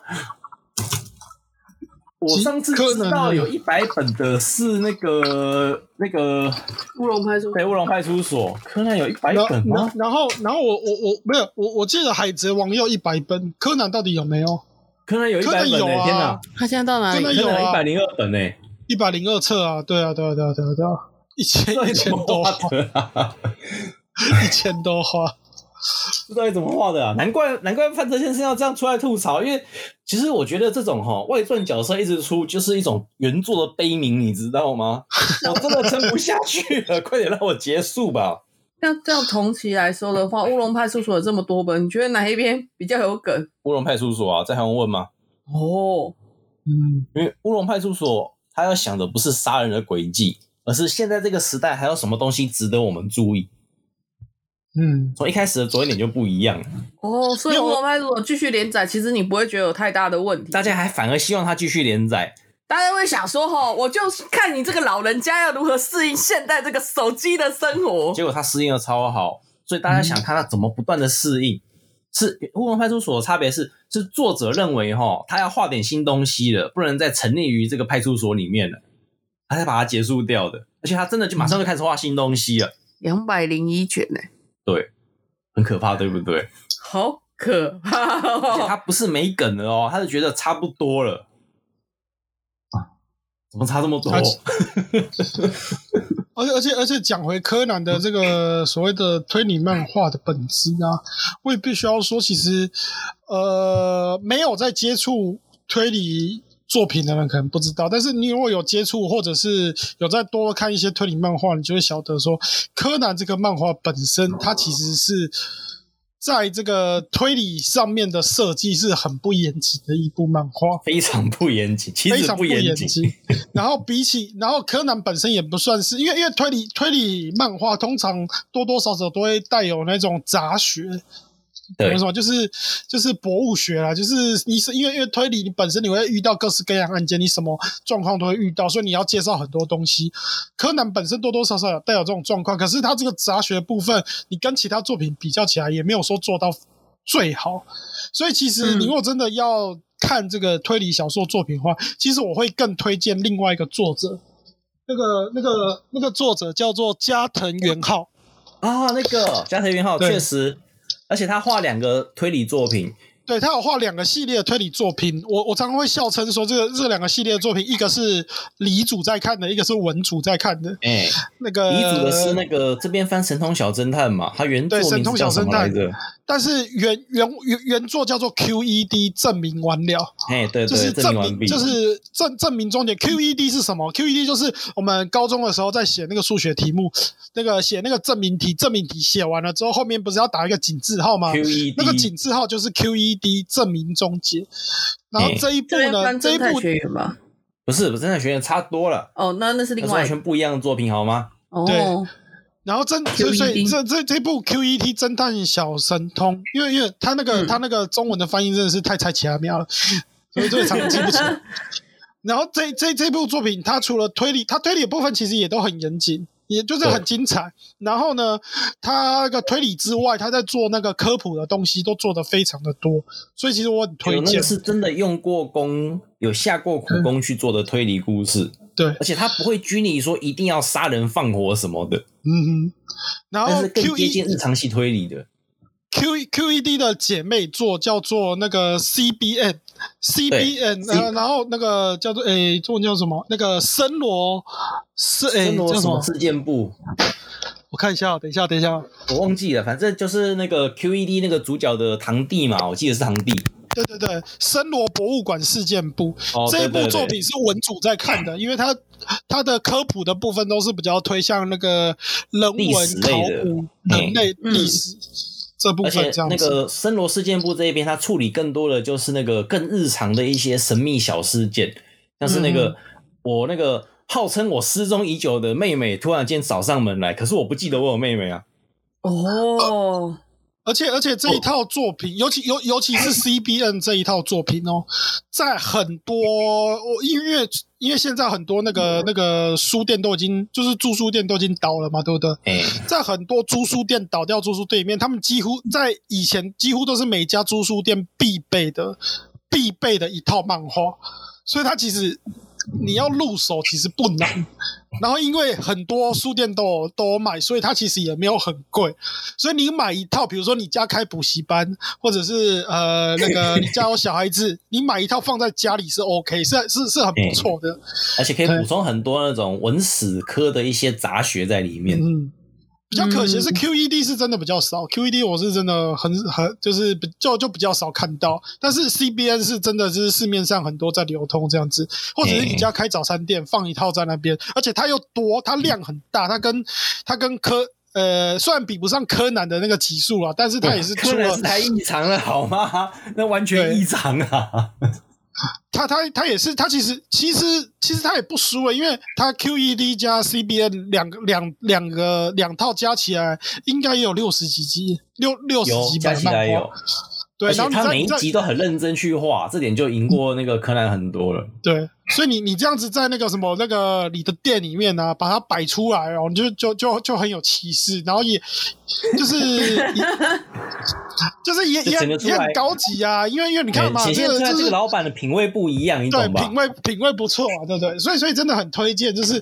S1: 我上次
S3: 柯
S1: 知
S3: 南
S1: 道
S3: 呢
S1: 有一百本的是那个那个
S4: 乌龙派出所
S1: 北乌龙派出所，柯南有一百
S3: 然后
S1: 本吗？
S3: 然后然后我我我没有我我记得《海贼王》要一百本，柯南到底有没有？
S1: 柯南有一
S3: 柯
S1: 百
S3: 南
S1: 本
S3: 有
S1: 哎、天
S3: 啊
S1: 哪！，
S2: 他现在到哪
S3: 真
S2: 里
S3: 的？有
S1: 柯南一
S3: 啊
S1: 百零二本哎、
S3: 一百零二册啊，对啊对啊对啊对啊对啊，一千一千多花，
S1: 的啊？
S3: 一千多花，
S1: 不知道你怎么画的啊？难怪难怪范泽先生要这样出来吐槽，因为其实我觉得这种哈、外传角色一直出，就是一种原作的悲鸣，你知道吗？我真的撑不下去了，快点让我结束吧！
S2: 那这样同期来说的话，乌龙派出所有这么多本，你觉得哪一边比较有梗？
S1: 乌龙派出所啊，在韩文问吗？
S2: 哦，
S3: 嗯，
S1: 因为乌龙派出所他要想的不是杀人的轨迹，而是现在这个时代还有什么东西值得我们注意。
S3: 嗯，
S1: 从一开始的着眼点就不一样了，
S2: 哦，所以
S3: 没有
S2: 乌龙派出所继续连载，其实你不会觉得有太大的问题。
S1: 大家还反而希望他继续连载，
S2: 大家会想说，吼，我就是看你这个老人家要如何适应现代这个手机的生
S3: 哦
S2: 活。
S1: 结果他适应的超好，所以大家想
S3: 嗯
S1: 看他怎么不断的适应。是乌龙派出所的差别是，是作者认为哈，他要画点新东西了，不能再沉溺于这个派出所里面了，他才把它结束掉的。而且他真的就马上就开始画新东西了，
S2: 两百零一卷呢、
S1: 对，很可怕，对不对？
S2: 好可怕、
S1: 而且
S2: 哦！
S1: 他不是没梗了哦，他是觉得差不多了。啊怎么差这么多
S3: 他？ 而且而且而且讲回柯南的这个所谓的推理漫画的本质啊，我也必须要说，其实呃，没有在接触推理作品的人可能不知道，但是你如果有接触，或者是有再多看一些推理漫画，你就会晓得说，柯南这个漫画本身它其实是。在这个推理上面的设计是很不严谨的一部漫画，
S1: 非常不严 谨，其
S3: 非
S1: 实
S3: 常不
S1: 严
S3: 严
S1: 谨。
S3: 谨。然后比起，然后柯南本身也不算是，因为因为推理推理漫画通常多多少少都会带有那种杂学，
S1: 对
S3: 没什么，就是就是博物学啦，就是你是因为因为推理你本身你会遇到各式各样案件，你什么状况都会遇到，所以你要介绍很多东西。柯南本身多多少少有带有这种状况，可是他这个杂学部分，你跟其他作品比较起来，也没有说做到最好。所以其实
S2: 嗯
S3: 你如果真的要看这个推理小说作品的话，其实我会更推荐另外一个作者，那个那个那个作者叫做加藤元浩。
S1: 啊，那个加藤元浩
S3: 对
S1: 确实，而且他画两个推理作品，
S3: 对他有画两个系列的推理作品，我我常常会笑称说，这个这两个系列的作品，一个是李主在看的，一个是文主在看的。
S1: 哎、
S3: 那个
S1: 遗嘱的是那个这边翻《神通小侦探》嘛，他原作
S3: 对
S1: 名字叫什么来着？
S3: 但是原原原原作叫做 QED 证明完了，
S1: 哎，对
S3: 就
S1: 对，
S3: 是
S1: 证
S3: 证
S1: 明完
S3: 明
S1: 毕，
S3: 就是证证明终点。QED 是什么？QED 就是我们高中的时候在写那个数学题目，那个写那个证明题，证明题写完了之后，后面不是要打一个井字号吗？
S1: Q E
S3: 那个
S1: D
S3: 井字号就是 QED E 证明终结。然后
S1: 哎
S3: 这一部
S2: 这边
S3: 呢，
S2: 翻
S3: 这一
S2: 侦探
S3: 部
S2: 学员吧，
S1: 不是，不是，那学院差多了，
S2: 哦，那那是
S1: 那
S2: 另
S1: 是
S2: 外
S1: 完全不一样的作品，好吗？
S2: 哦
S3: 对，然后真
S1: E
S3: 所以所以这这这部 Q E T 侦探小神通，因为因为他那个、
S2: 嗯
S3: 他那个中文的翻译真的是太太奇妙了， 所以这个常常记 不清。然后这这这部作品，它除了推理，它推理的部分其实也都很严谨，也就是很精彩。然后呢，它那个推理之外，它在做那个科普的东西都做得非常的多，所以其实我很推
S1: 有那
S3: 荐
S1: 个。是真的用过功，有下过苦功去做的推理故事，
S3: 对，
S1: 而且它不会拘泥说一定要杀人放火什么的，
S3: 嗯哼。然
S1: 但
S3: 后
S1: 是更
S3: Q
S1: 接
S3: E
S1: 近日常系推理的。
S3: Q E Q E D 的姐妹作叫做那个 C B N C B N，
S1: C-
S3: 呃，然后那个叫做诶，中文叫什么？那个森罗是诶
S1: 森罗
S3: 叫
S1: 什
S3: 什
S1: 么
S3: 么？
S1: 事件部？
S3: 我看一下，哦等一下，等一下，
S1: 我忘记了，反正就是那个 QED 那个主角的堂弟嘛，我记得是堂弟。
S3: 对对对，森罗博物馆事件部、
S1: 哦，
S3: 这一
S1: 对
S3: 部作，品是文主在看的，因为他他的科普的部分都是比较推向那个人
S1: 历
S3: 文
S1: 史
S3: 考
S1: 类的
S3: 古、
S1: 嗯
S3: 人类历史这部
S1: 对对而
S3: 分这
S1: 且
S3: 样
S1: 那
S3: 子。
S1: 个森罗事件部这一边，他处理更多的就是那个更日常的一些神秘小事件，像是那个、
S3: 嗯
S1: 我那个号称我失踪已久的妹妹突然间找上门来，可是我不记得我有妹妹啊。
S2: 哦，
S3: 而且而且这一套作品，尤其尤尤其是 CBN 这一套作品哦，在很多我因为因为现在很多那个那个书店都已经就是住书店都已经倒了嘛，对不对？
S1: 哎、
S3: 在很多租书店倒掉租书店里面，他们几乎在以前几乎都是每家租书店必备的必备的一套漫画，所以它其实你要入手其实不难。然后因为很多书店都有都有买，所以它其实也没有很贵。所以你买一套，比如说你家开补习班，或者是呃那个你家有小孩子，你买一套放在家里是 OK，是是是很不错的。
S1: 而且可以补充很多那种文史科的一些杂学在里面。
S3: 嗯，比较可惜是
S2: 嗯
S3: QED 是真的比较少、q e d 我是真的很很就是比就就比较少看到，但是 CBN 是真的就是市面上很多在流通这样子，或者是你家开早餐店放一套在那边，而且它又多，它量很大，它跟它跟柯呃虽然比不上柯南的那个集数啊，但是它也是出
S1: 柯南
S3: 了
S1: 是太异常了，好吗？ 那完全
S3: 对
S1: 异常啊！
S3: 他他他也是，他其实其实其实他也不输啊了，因为他 QED 加 CBN 两个两两个两套加起来，应该也有六十几集，六六十
S1: 有
S3: 几
S1: 加
S3: 本
S1: 起来
S3: 漫
S1: 有
S3: 画。，对，
S1: 而且
S3: 然后你
S1: 他
S3: 再
S1: 每
S3: 你
S1: 一
S3: 再
S1: 集都很认真去画，这点就赢过那个柯南很多了。
S3: 对，所以你你这样子在那个什么那个你的店里面呢、把它摆出来哦，你就就就就很有气势，然后也就是也就是也
S1: 就
S3: 也
S1: 整个
S3: 很
S1: 出
S3: 也
S1: 来哎
S3: 很高级啊，因为因为你看嘛，
S1: 显
S3: 这
S1: 现
S3: 个
S1: 出来
S3: 就
S1: 这
S3: 是
S1: 个老板的品味不一样，你
S3: 对，
S1: 懂吧
S3: 品？味品味不错啊，对不对？所以所以真的很推荐，就是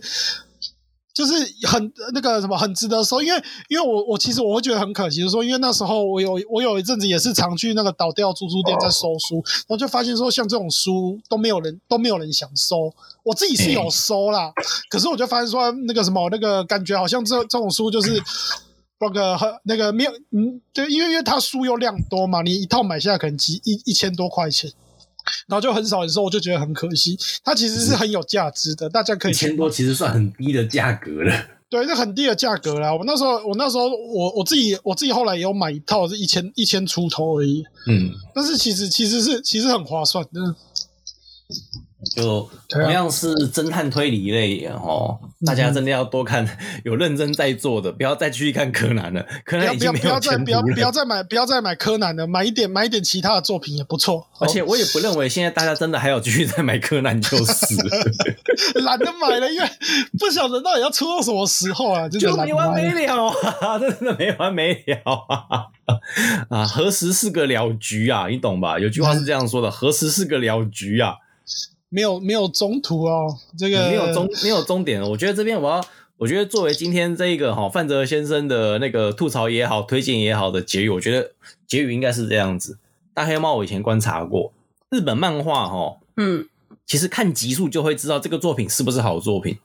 S3: 就是很呃那个什么很值得收，因为因为我我其实我会觉得很可惜，就是说因为那时候我有我有一阵子也是常去那个倒掉租书店在收书，然后就发现说像这种书都没有人都没有人想收，我自己是有收啦，可是我就发现说那个什么那个感觉好像这这种书就是。那个很呃那个没有，嗯，对，因为因为它书又量多嘛，你一套买下来可能几一一千多块钱，然后就很少人收，我就觉得很可惜。它其实是很有价值的，大家可
S1: 一
S3: 以去
S1: 千多其实算很低的价格了。
S3: 对，那很低的价格啦。我那时候，我那时候，我我自己我自己后来也有买一套，是一千一千出头而已。
S1: 嗯，
S3: 但是其实其实是其实很划算的。
S1: 就
S3: 对啊嗯
S1: 同样是侦探推理类哦，大家真的要多看，有认真在做的，不要再去看柯南了，柯
S3: 不要
S1: 南已
S3: 不
S1: 经
S3: 要
S1: 没
S3: 不要
S1: 有
S3: 再
S1: 前
S3: 不
S1: 途
S3: 要不要
S1: 了。
S3: 再买不要再买柯南了，买一点买一点其他的作品也不错。
S1: 而
S3: 哦
S1: 且我也不认为现在大家真的还有继续在买柯南就是了，
S3: 懒得买了，因为 不晓得到底要出到什么时候啊，真的
S1: 就
S3: 懒
S1: 没
S3: 得
S1: 完
S3: 买
S1: 没
S3: 了。
S1: 了 啊！真的没完没了啊！啊，何时是个了局啊？你懂吧？有句话是这样说的：何时是个了局啊？
S3: 没有没有中途哦，这个
S1: 没有终没有终点。我觉得这边我要，我觉得作为今天这一个哈范哲先生的那个吐槽也好、推荐也好的结语，我觉得结语应该是这样子。大黑猫我以前观察过，日本漫画哈，
S2: 嗯
S1: 其实看集数就会知道这个作品是不是好作品。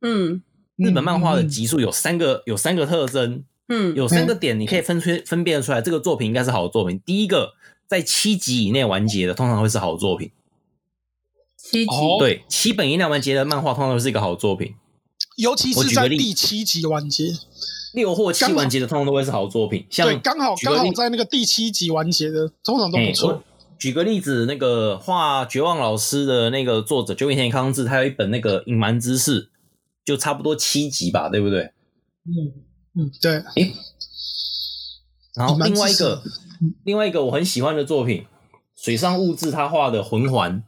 S2: 嗯
S1: 日本漫画的
S3: 嗯嗯
S1: 集数有三个有三个特征，
S2: 嗯，
S1: 有三个点你可以分出分辨出来，这个作品应该是好作品。第一个，在七集以内完结的，通常会是好作品。
S2: 七集
S3: 哦
S1: 对，七本以内完结的漫画通常会是一个好作品。
S3: 尤其
S1: 我
S3: 是
S1: 举个
S3: 在
S1: 例
S3: 第七集完结，
S1: 六或七完结的通常都会是好作品，像
S3: 对，刚好
S1: 举个
S3: 刚好
S1: 例
S3: 在那个第七集完结的，通常都
S1: 哎
S3: 不错。
S1: 我举个例子，那个画《绝望老师》的那个作者久米田康治，他有一本那个《隐瞒之事》，就差不多七集吧，对不对？
S3: 嗯嗯，对，
S1: 然后
S3: 隐瞒
S1: 另
S3: 之
S1: 外一
S3: 事嗯
S1: 个，另外一个我很喜欢的作品，水上物质他画的《魂环》，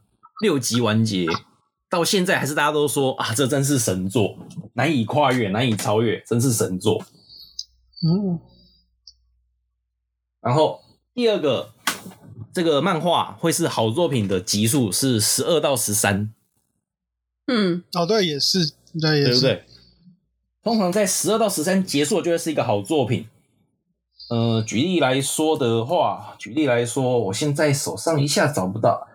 S1: 六集完结，到现在还是大家都说啊，这真是神作，难以跨越，难以超越，真是神作。
S3: 嗯
S1: 然后第二个，这个漫画会是好作品的集数是十二到十三，
S2: 嗯，
S3: 哦对，也是，对也
S1: 对
S3: 是，
S1: 不对？通常在十二到十三结束就会是一个好作品。呃，举例来说的话，举例来说，我现在手上一下找不到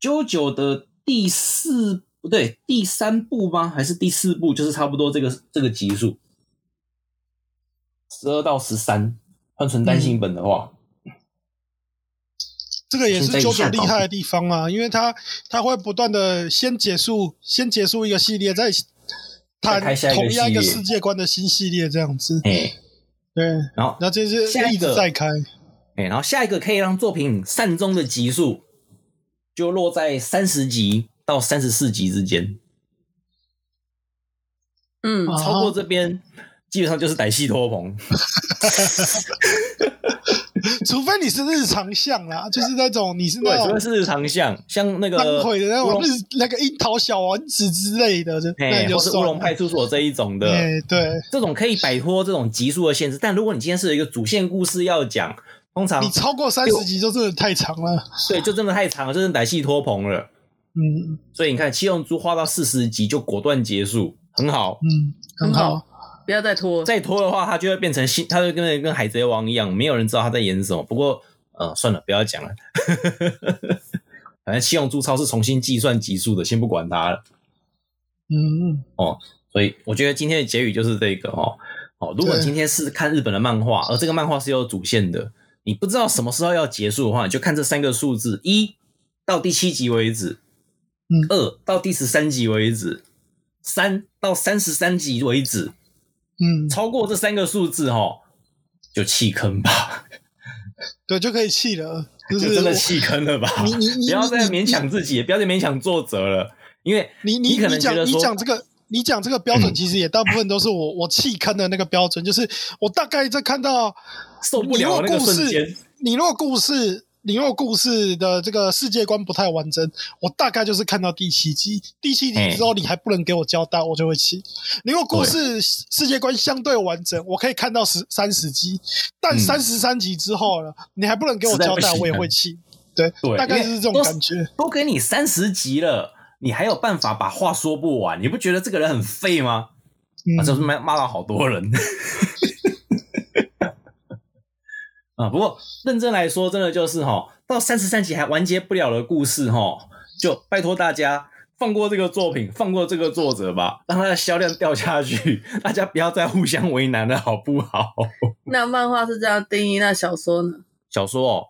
S1: 九九的第四不对，第三部吗？还是第四部？就是差不多这个这个集数，十二到十三，换成单行本的话，
S3: 这个也是
S1: 现在一
S3: 九九
S1: 下
S3: 厉
S1: 搞
S3: 害的地方啊，因为他他会不断的先结束，先结束一个系列，再谈
S1: 开下一个
S3: 同样一个
S1: 系列
S3: 世界观的新系列这样子，
S1: 哎、
S3: 对，
S1: 然后
S3: 那这是
S1: 下一
S3: 一
S1: 个
S3: 直在开，
S1: 哎、然后下一个可以让作品善终的集数，就落在三十集到三十四集之间。
S2: 嗯，
S3: 啊
S1: 超过这边，基本上就是歹戏拖棚。
S3: 除非你是日常向啦，就是那种你是
S1: 对，
S3: 那
S1: 除
S3: 种
S1: 非是日常像，像那
S3: 当
S1: 个
S3: 回的那
S1: 乌
S3: 种
S1: 龙
S3: 日那个樱桃小丸子之类的，就那
S1: 哎，
S3: 就
S1: 或是乌
S3: 算
S1: 龙
S3: 了。
S1: 派出所这一种的，
S3: 哎，对，
S1: 这种可以摆脱这种集数的限制。但如果你今天是有一个主线故事要讲，通常
S3: 你超过三十集就真的太长了。
S1: 对就真的太长了，就是歹戏拖棚了。
S3: 嗯
S1: 所以你看，七龙珠画到四十集就果断结束，很好。
S3: 嗯，很好。
S2: 不要再拖。
S1: 再拖的话，它就会变成新，它就跟跟海贼王一样，没有人知道他在演什么。不过，呃，算了，不要讲了。 反正七龙珠超是重新计算集数的，先不管它了。
S3: 嗯嗯，
S1: 所以我觉得今天的结语就是这个哦。哦，如果
S3: 对
S1: 今天是看日本的漫画，而这个漫画是有主线的，你不知道什么时候要结束的话，你就看这三个数字：一到第七集为止，
S3: 嗯
S1: 二到第十三集为止，三到三十三集为止。
S3: 嗯，
S1: 超过这三个数字哦，就弃坑吧，
S3: 对，就可以弃了，就
S1: 就是真的
S3: 我
S1: 弃坑了吧，
S3: 你你你
S1: 不要再勉强自己，不要再勉强作者了，因为
S3: 你你
S1: 你可能
S3: 讲
S1: 觉得
S3: 你
S1: 说
S3: 讲这个。你讲这个标准，
S1: 嗯
S3: 其实也大部分都是我我弃坑的那个标准，就是我大概在看到
S1: 受不了那个瞬间，
S3: 你若故事，你若故事的这个世界观不太完整，我大概就是看到第七集，第七集之后你还不能给我交代，我就会气。你若故事世界观相对完整，我可以看到十三十集，但
S1: 嗯
S3: 三十三集之后了，你还不能给我交
S1: 实在
S3: 代，
S1: 不行
S3: 我也会气。对，
S1: 对
S3: 大概
S1: 因为
S3: 是这种感觉。
S1: 都给你三十集了，你还有办法把话说不完？你不觉得这个人很废吗？啊，这
S3: 嗯，
S1: 是骂骂到好多人。 啊，不过认真来说，真的就是哈，到三十三集还完结不了的故事哈，就拜托大家放过这个作品，放过这个作者吧，让他的销量掉下去，大家不要再互相为难了，好不好？
S2: 那漫画是这样定义，那小说呢？
S1: 小说哦，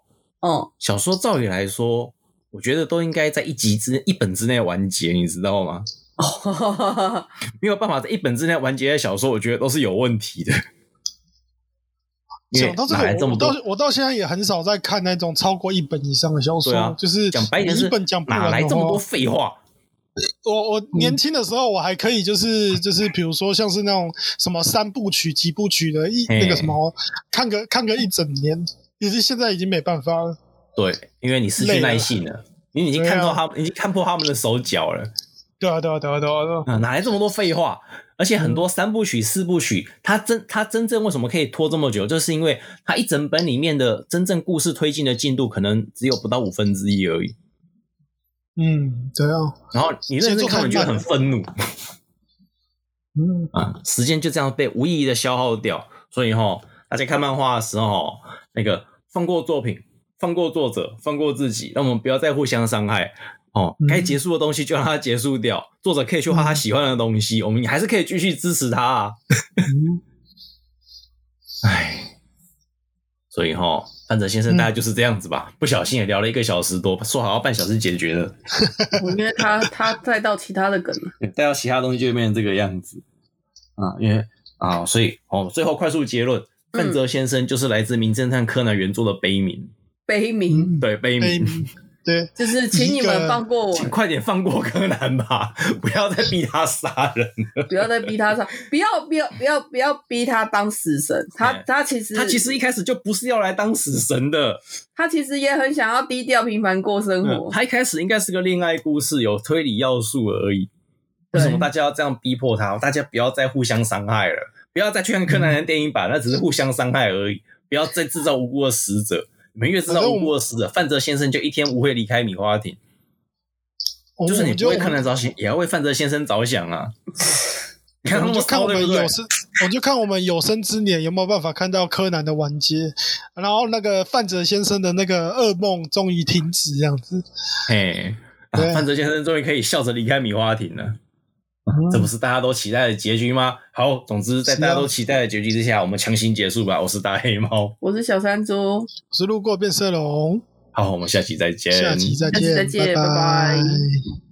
S2: 哦，
S1: 小说照理来说，我觉得都应该在一集之一本之内完结，你知道吗？没有办法在一本之内完结的小说，我觉得都是有问题的。因为
S3: 啊讲到这
S1: 哪来
S3: 个，
S1: 这
S3: 我
S1: 么
S3: 我到
S1: 多？
S3: 我到现在也很少在看那种超过一本以上的小说，
S1: 对啊
S3: 就是
S1: 讲白一点
S3: 你一
S1: 是
S3: 本讲不完
S1: 哪
S3: 的
S1: 来这么
S3: 话
S1: 多废话？
S3: 我
S1: 嗯
S3: 我年轻的时候，我还可以就是就是，比如说像是那种什么三部曲、几部曲的，一
S1: 嘿
S3: 那个什么，看个看个一整年，也是现在已经没办法了。
S1: 对，因为你失去耐性
S3: 啊
S1: 了，你已经看到他们，已经看破他们的手脚了。
S3: 对啊，对啊，对啊，对啊，对啊，
S1: 嗯，哪来这么多废话？而且
S3: 嗯
S1: 很多三部曲、四部曲，它真它真正为什么可以拖这么久，就是因为它一整本里面的真正故事推进的进度，可能只有不到五分之一而已。
S3: 嗯，对啊，
S1: 然后你认真看，我觉得很愤怒。
S3: 嗯，
S1: 啊，时间就这样被无意义的消耗掉。所以哈、大家看漫画的时候吼，那个放过作品，放过作者，放过自己，让我们不要再互相伤害。哦，
S3: 嗯
S1: 该结束的东西就让它结束掉。作者可以去画他喜欢的东西，我们还是可以继续支持他啊。
S3: 嗯
S1: 唉，所以哈、范哲先生
S3: 嗯
S1: 大概就是这样子吧。不小心也聊了一个小时多，说好要半小时解决的，
S2: 我因为他他带到其他的梗了。
S1: 带到其他东西就会变成这个样子啊，因为啊，所以哦，最后快速结论，
S2: 嗯
S1: 范泽先生就是来自《名侦探柯南》原作的悲鸣，
S4: 悲 鸣，
S1: 对悲
S3: 悲
S1: 鸣，
S3: 鸣，嗯哎对，
S4: 就是请你
S3: 一
S4: 们
S3: 个
S4: 放过我
S1: 请，快点放过柯南吧， 不要再逼他杀人了。
S4: 不要再逼他上，不要不要不要不要逼他当死神，他
S1: 哎
S4: 他其实
S1: 他其实一开始就不是要来当死神的，
S4: 他其实也很想要低调平凡过生
S3: 哦
S1: 嗯
S4: 活，
S1: 他一开始应该是个恋爱故事，有推理要素而已。为
S4: 对
S1: 什么大家要这样逼迫他？大家不要再互相伤害了，不要再去看柯南的
S3: 嗯
S1: 电影版，那只是互相伤害而已，不要再制造无辜的死者。你们越制造无辜的死者，范泽先生就一天不会离开米花町。
S3: 我
S1: 就是你
S3: 哦我
S1: 不
S3: 就
S1: 为柯南着想，也要为范泽先生着想啊！你看
S3: 我
S1: 他
S3: 们
S1: 们
S3: 就看
S1: 烧
S3: 我
S1: 对
S3: 们
S1: 不对
S3: 有？生，我就看我们有生之年有没有办法看到柯南的完结，然后那个范泽先生的那个噩梦终于停止，这样子。嗯
S1: 嘿，啊嗯
S3: 对
S1: 范泽先生终于可以笑着离开米花町了。这不是大家都期待的结局吗？好，总之在
S3: 是啊
S1: 大家都期待的结局之下，我们强行结束吧。我是大黑猫，
S4: 我是小山猪，
S3: 我是路过变色龙，
S1: 好，我们下期再见，
S3: 下期再
S4: 下期
S3: 见，
S4: 再见拜
S3: 拜
S4: 拜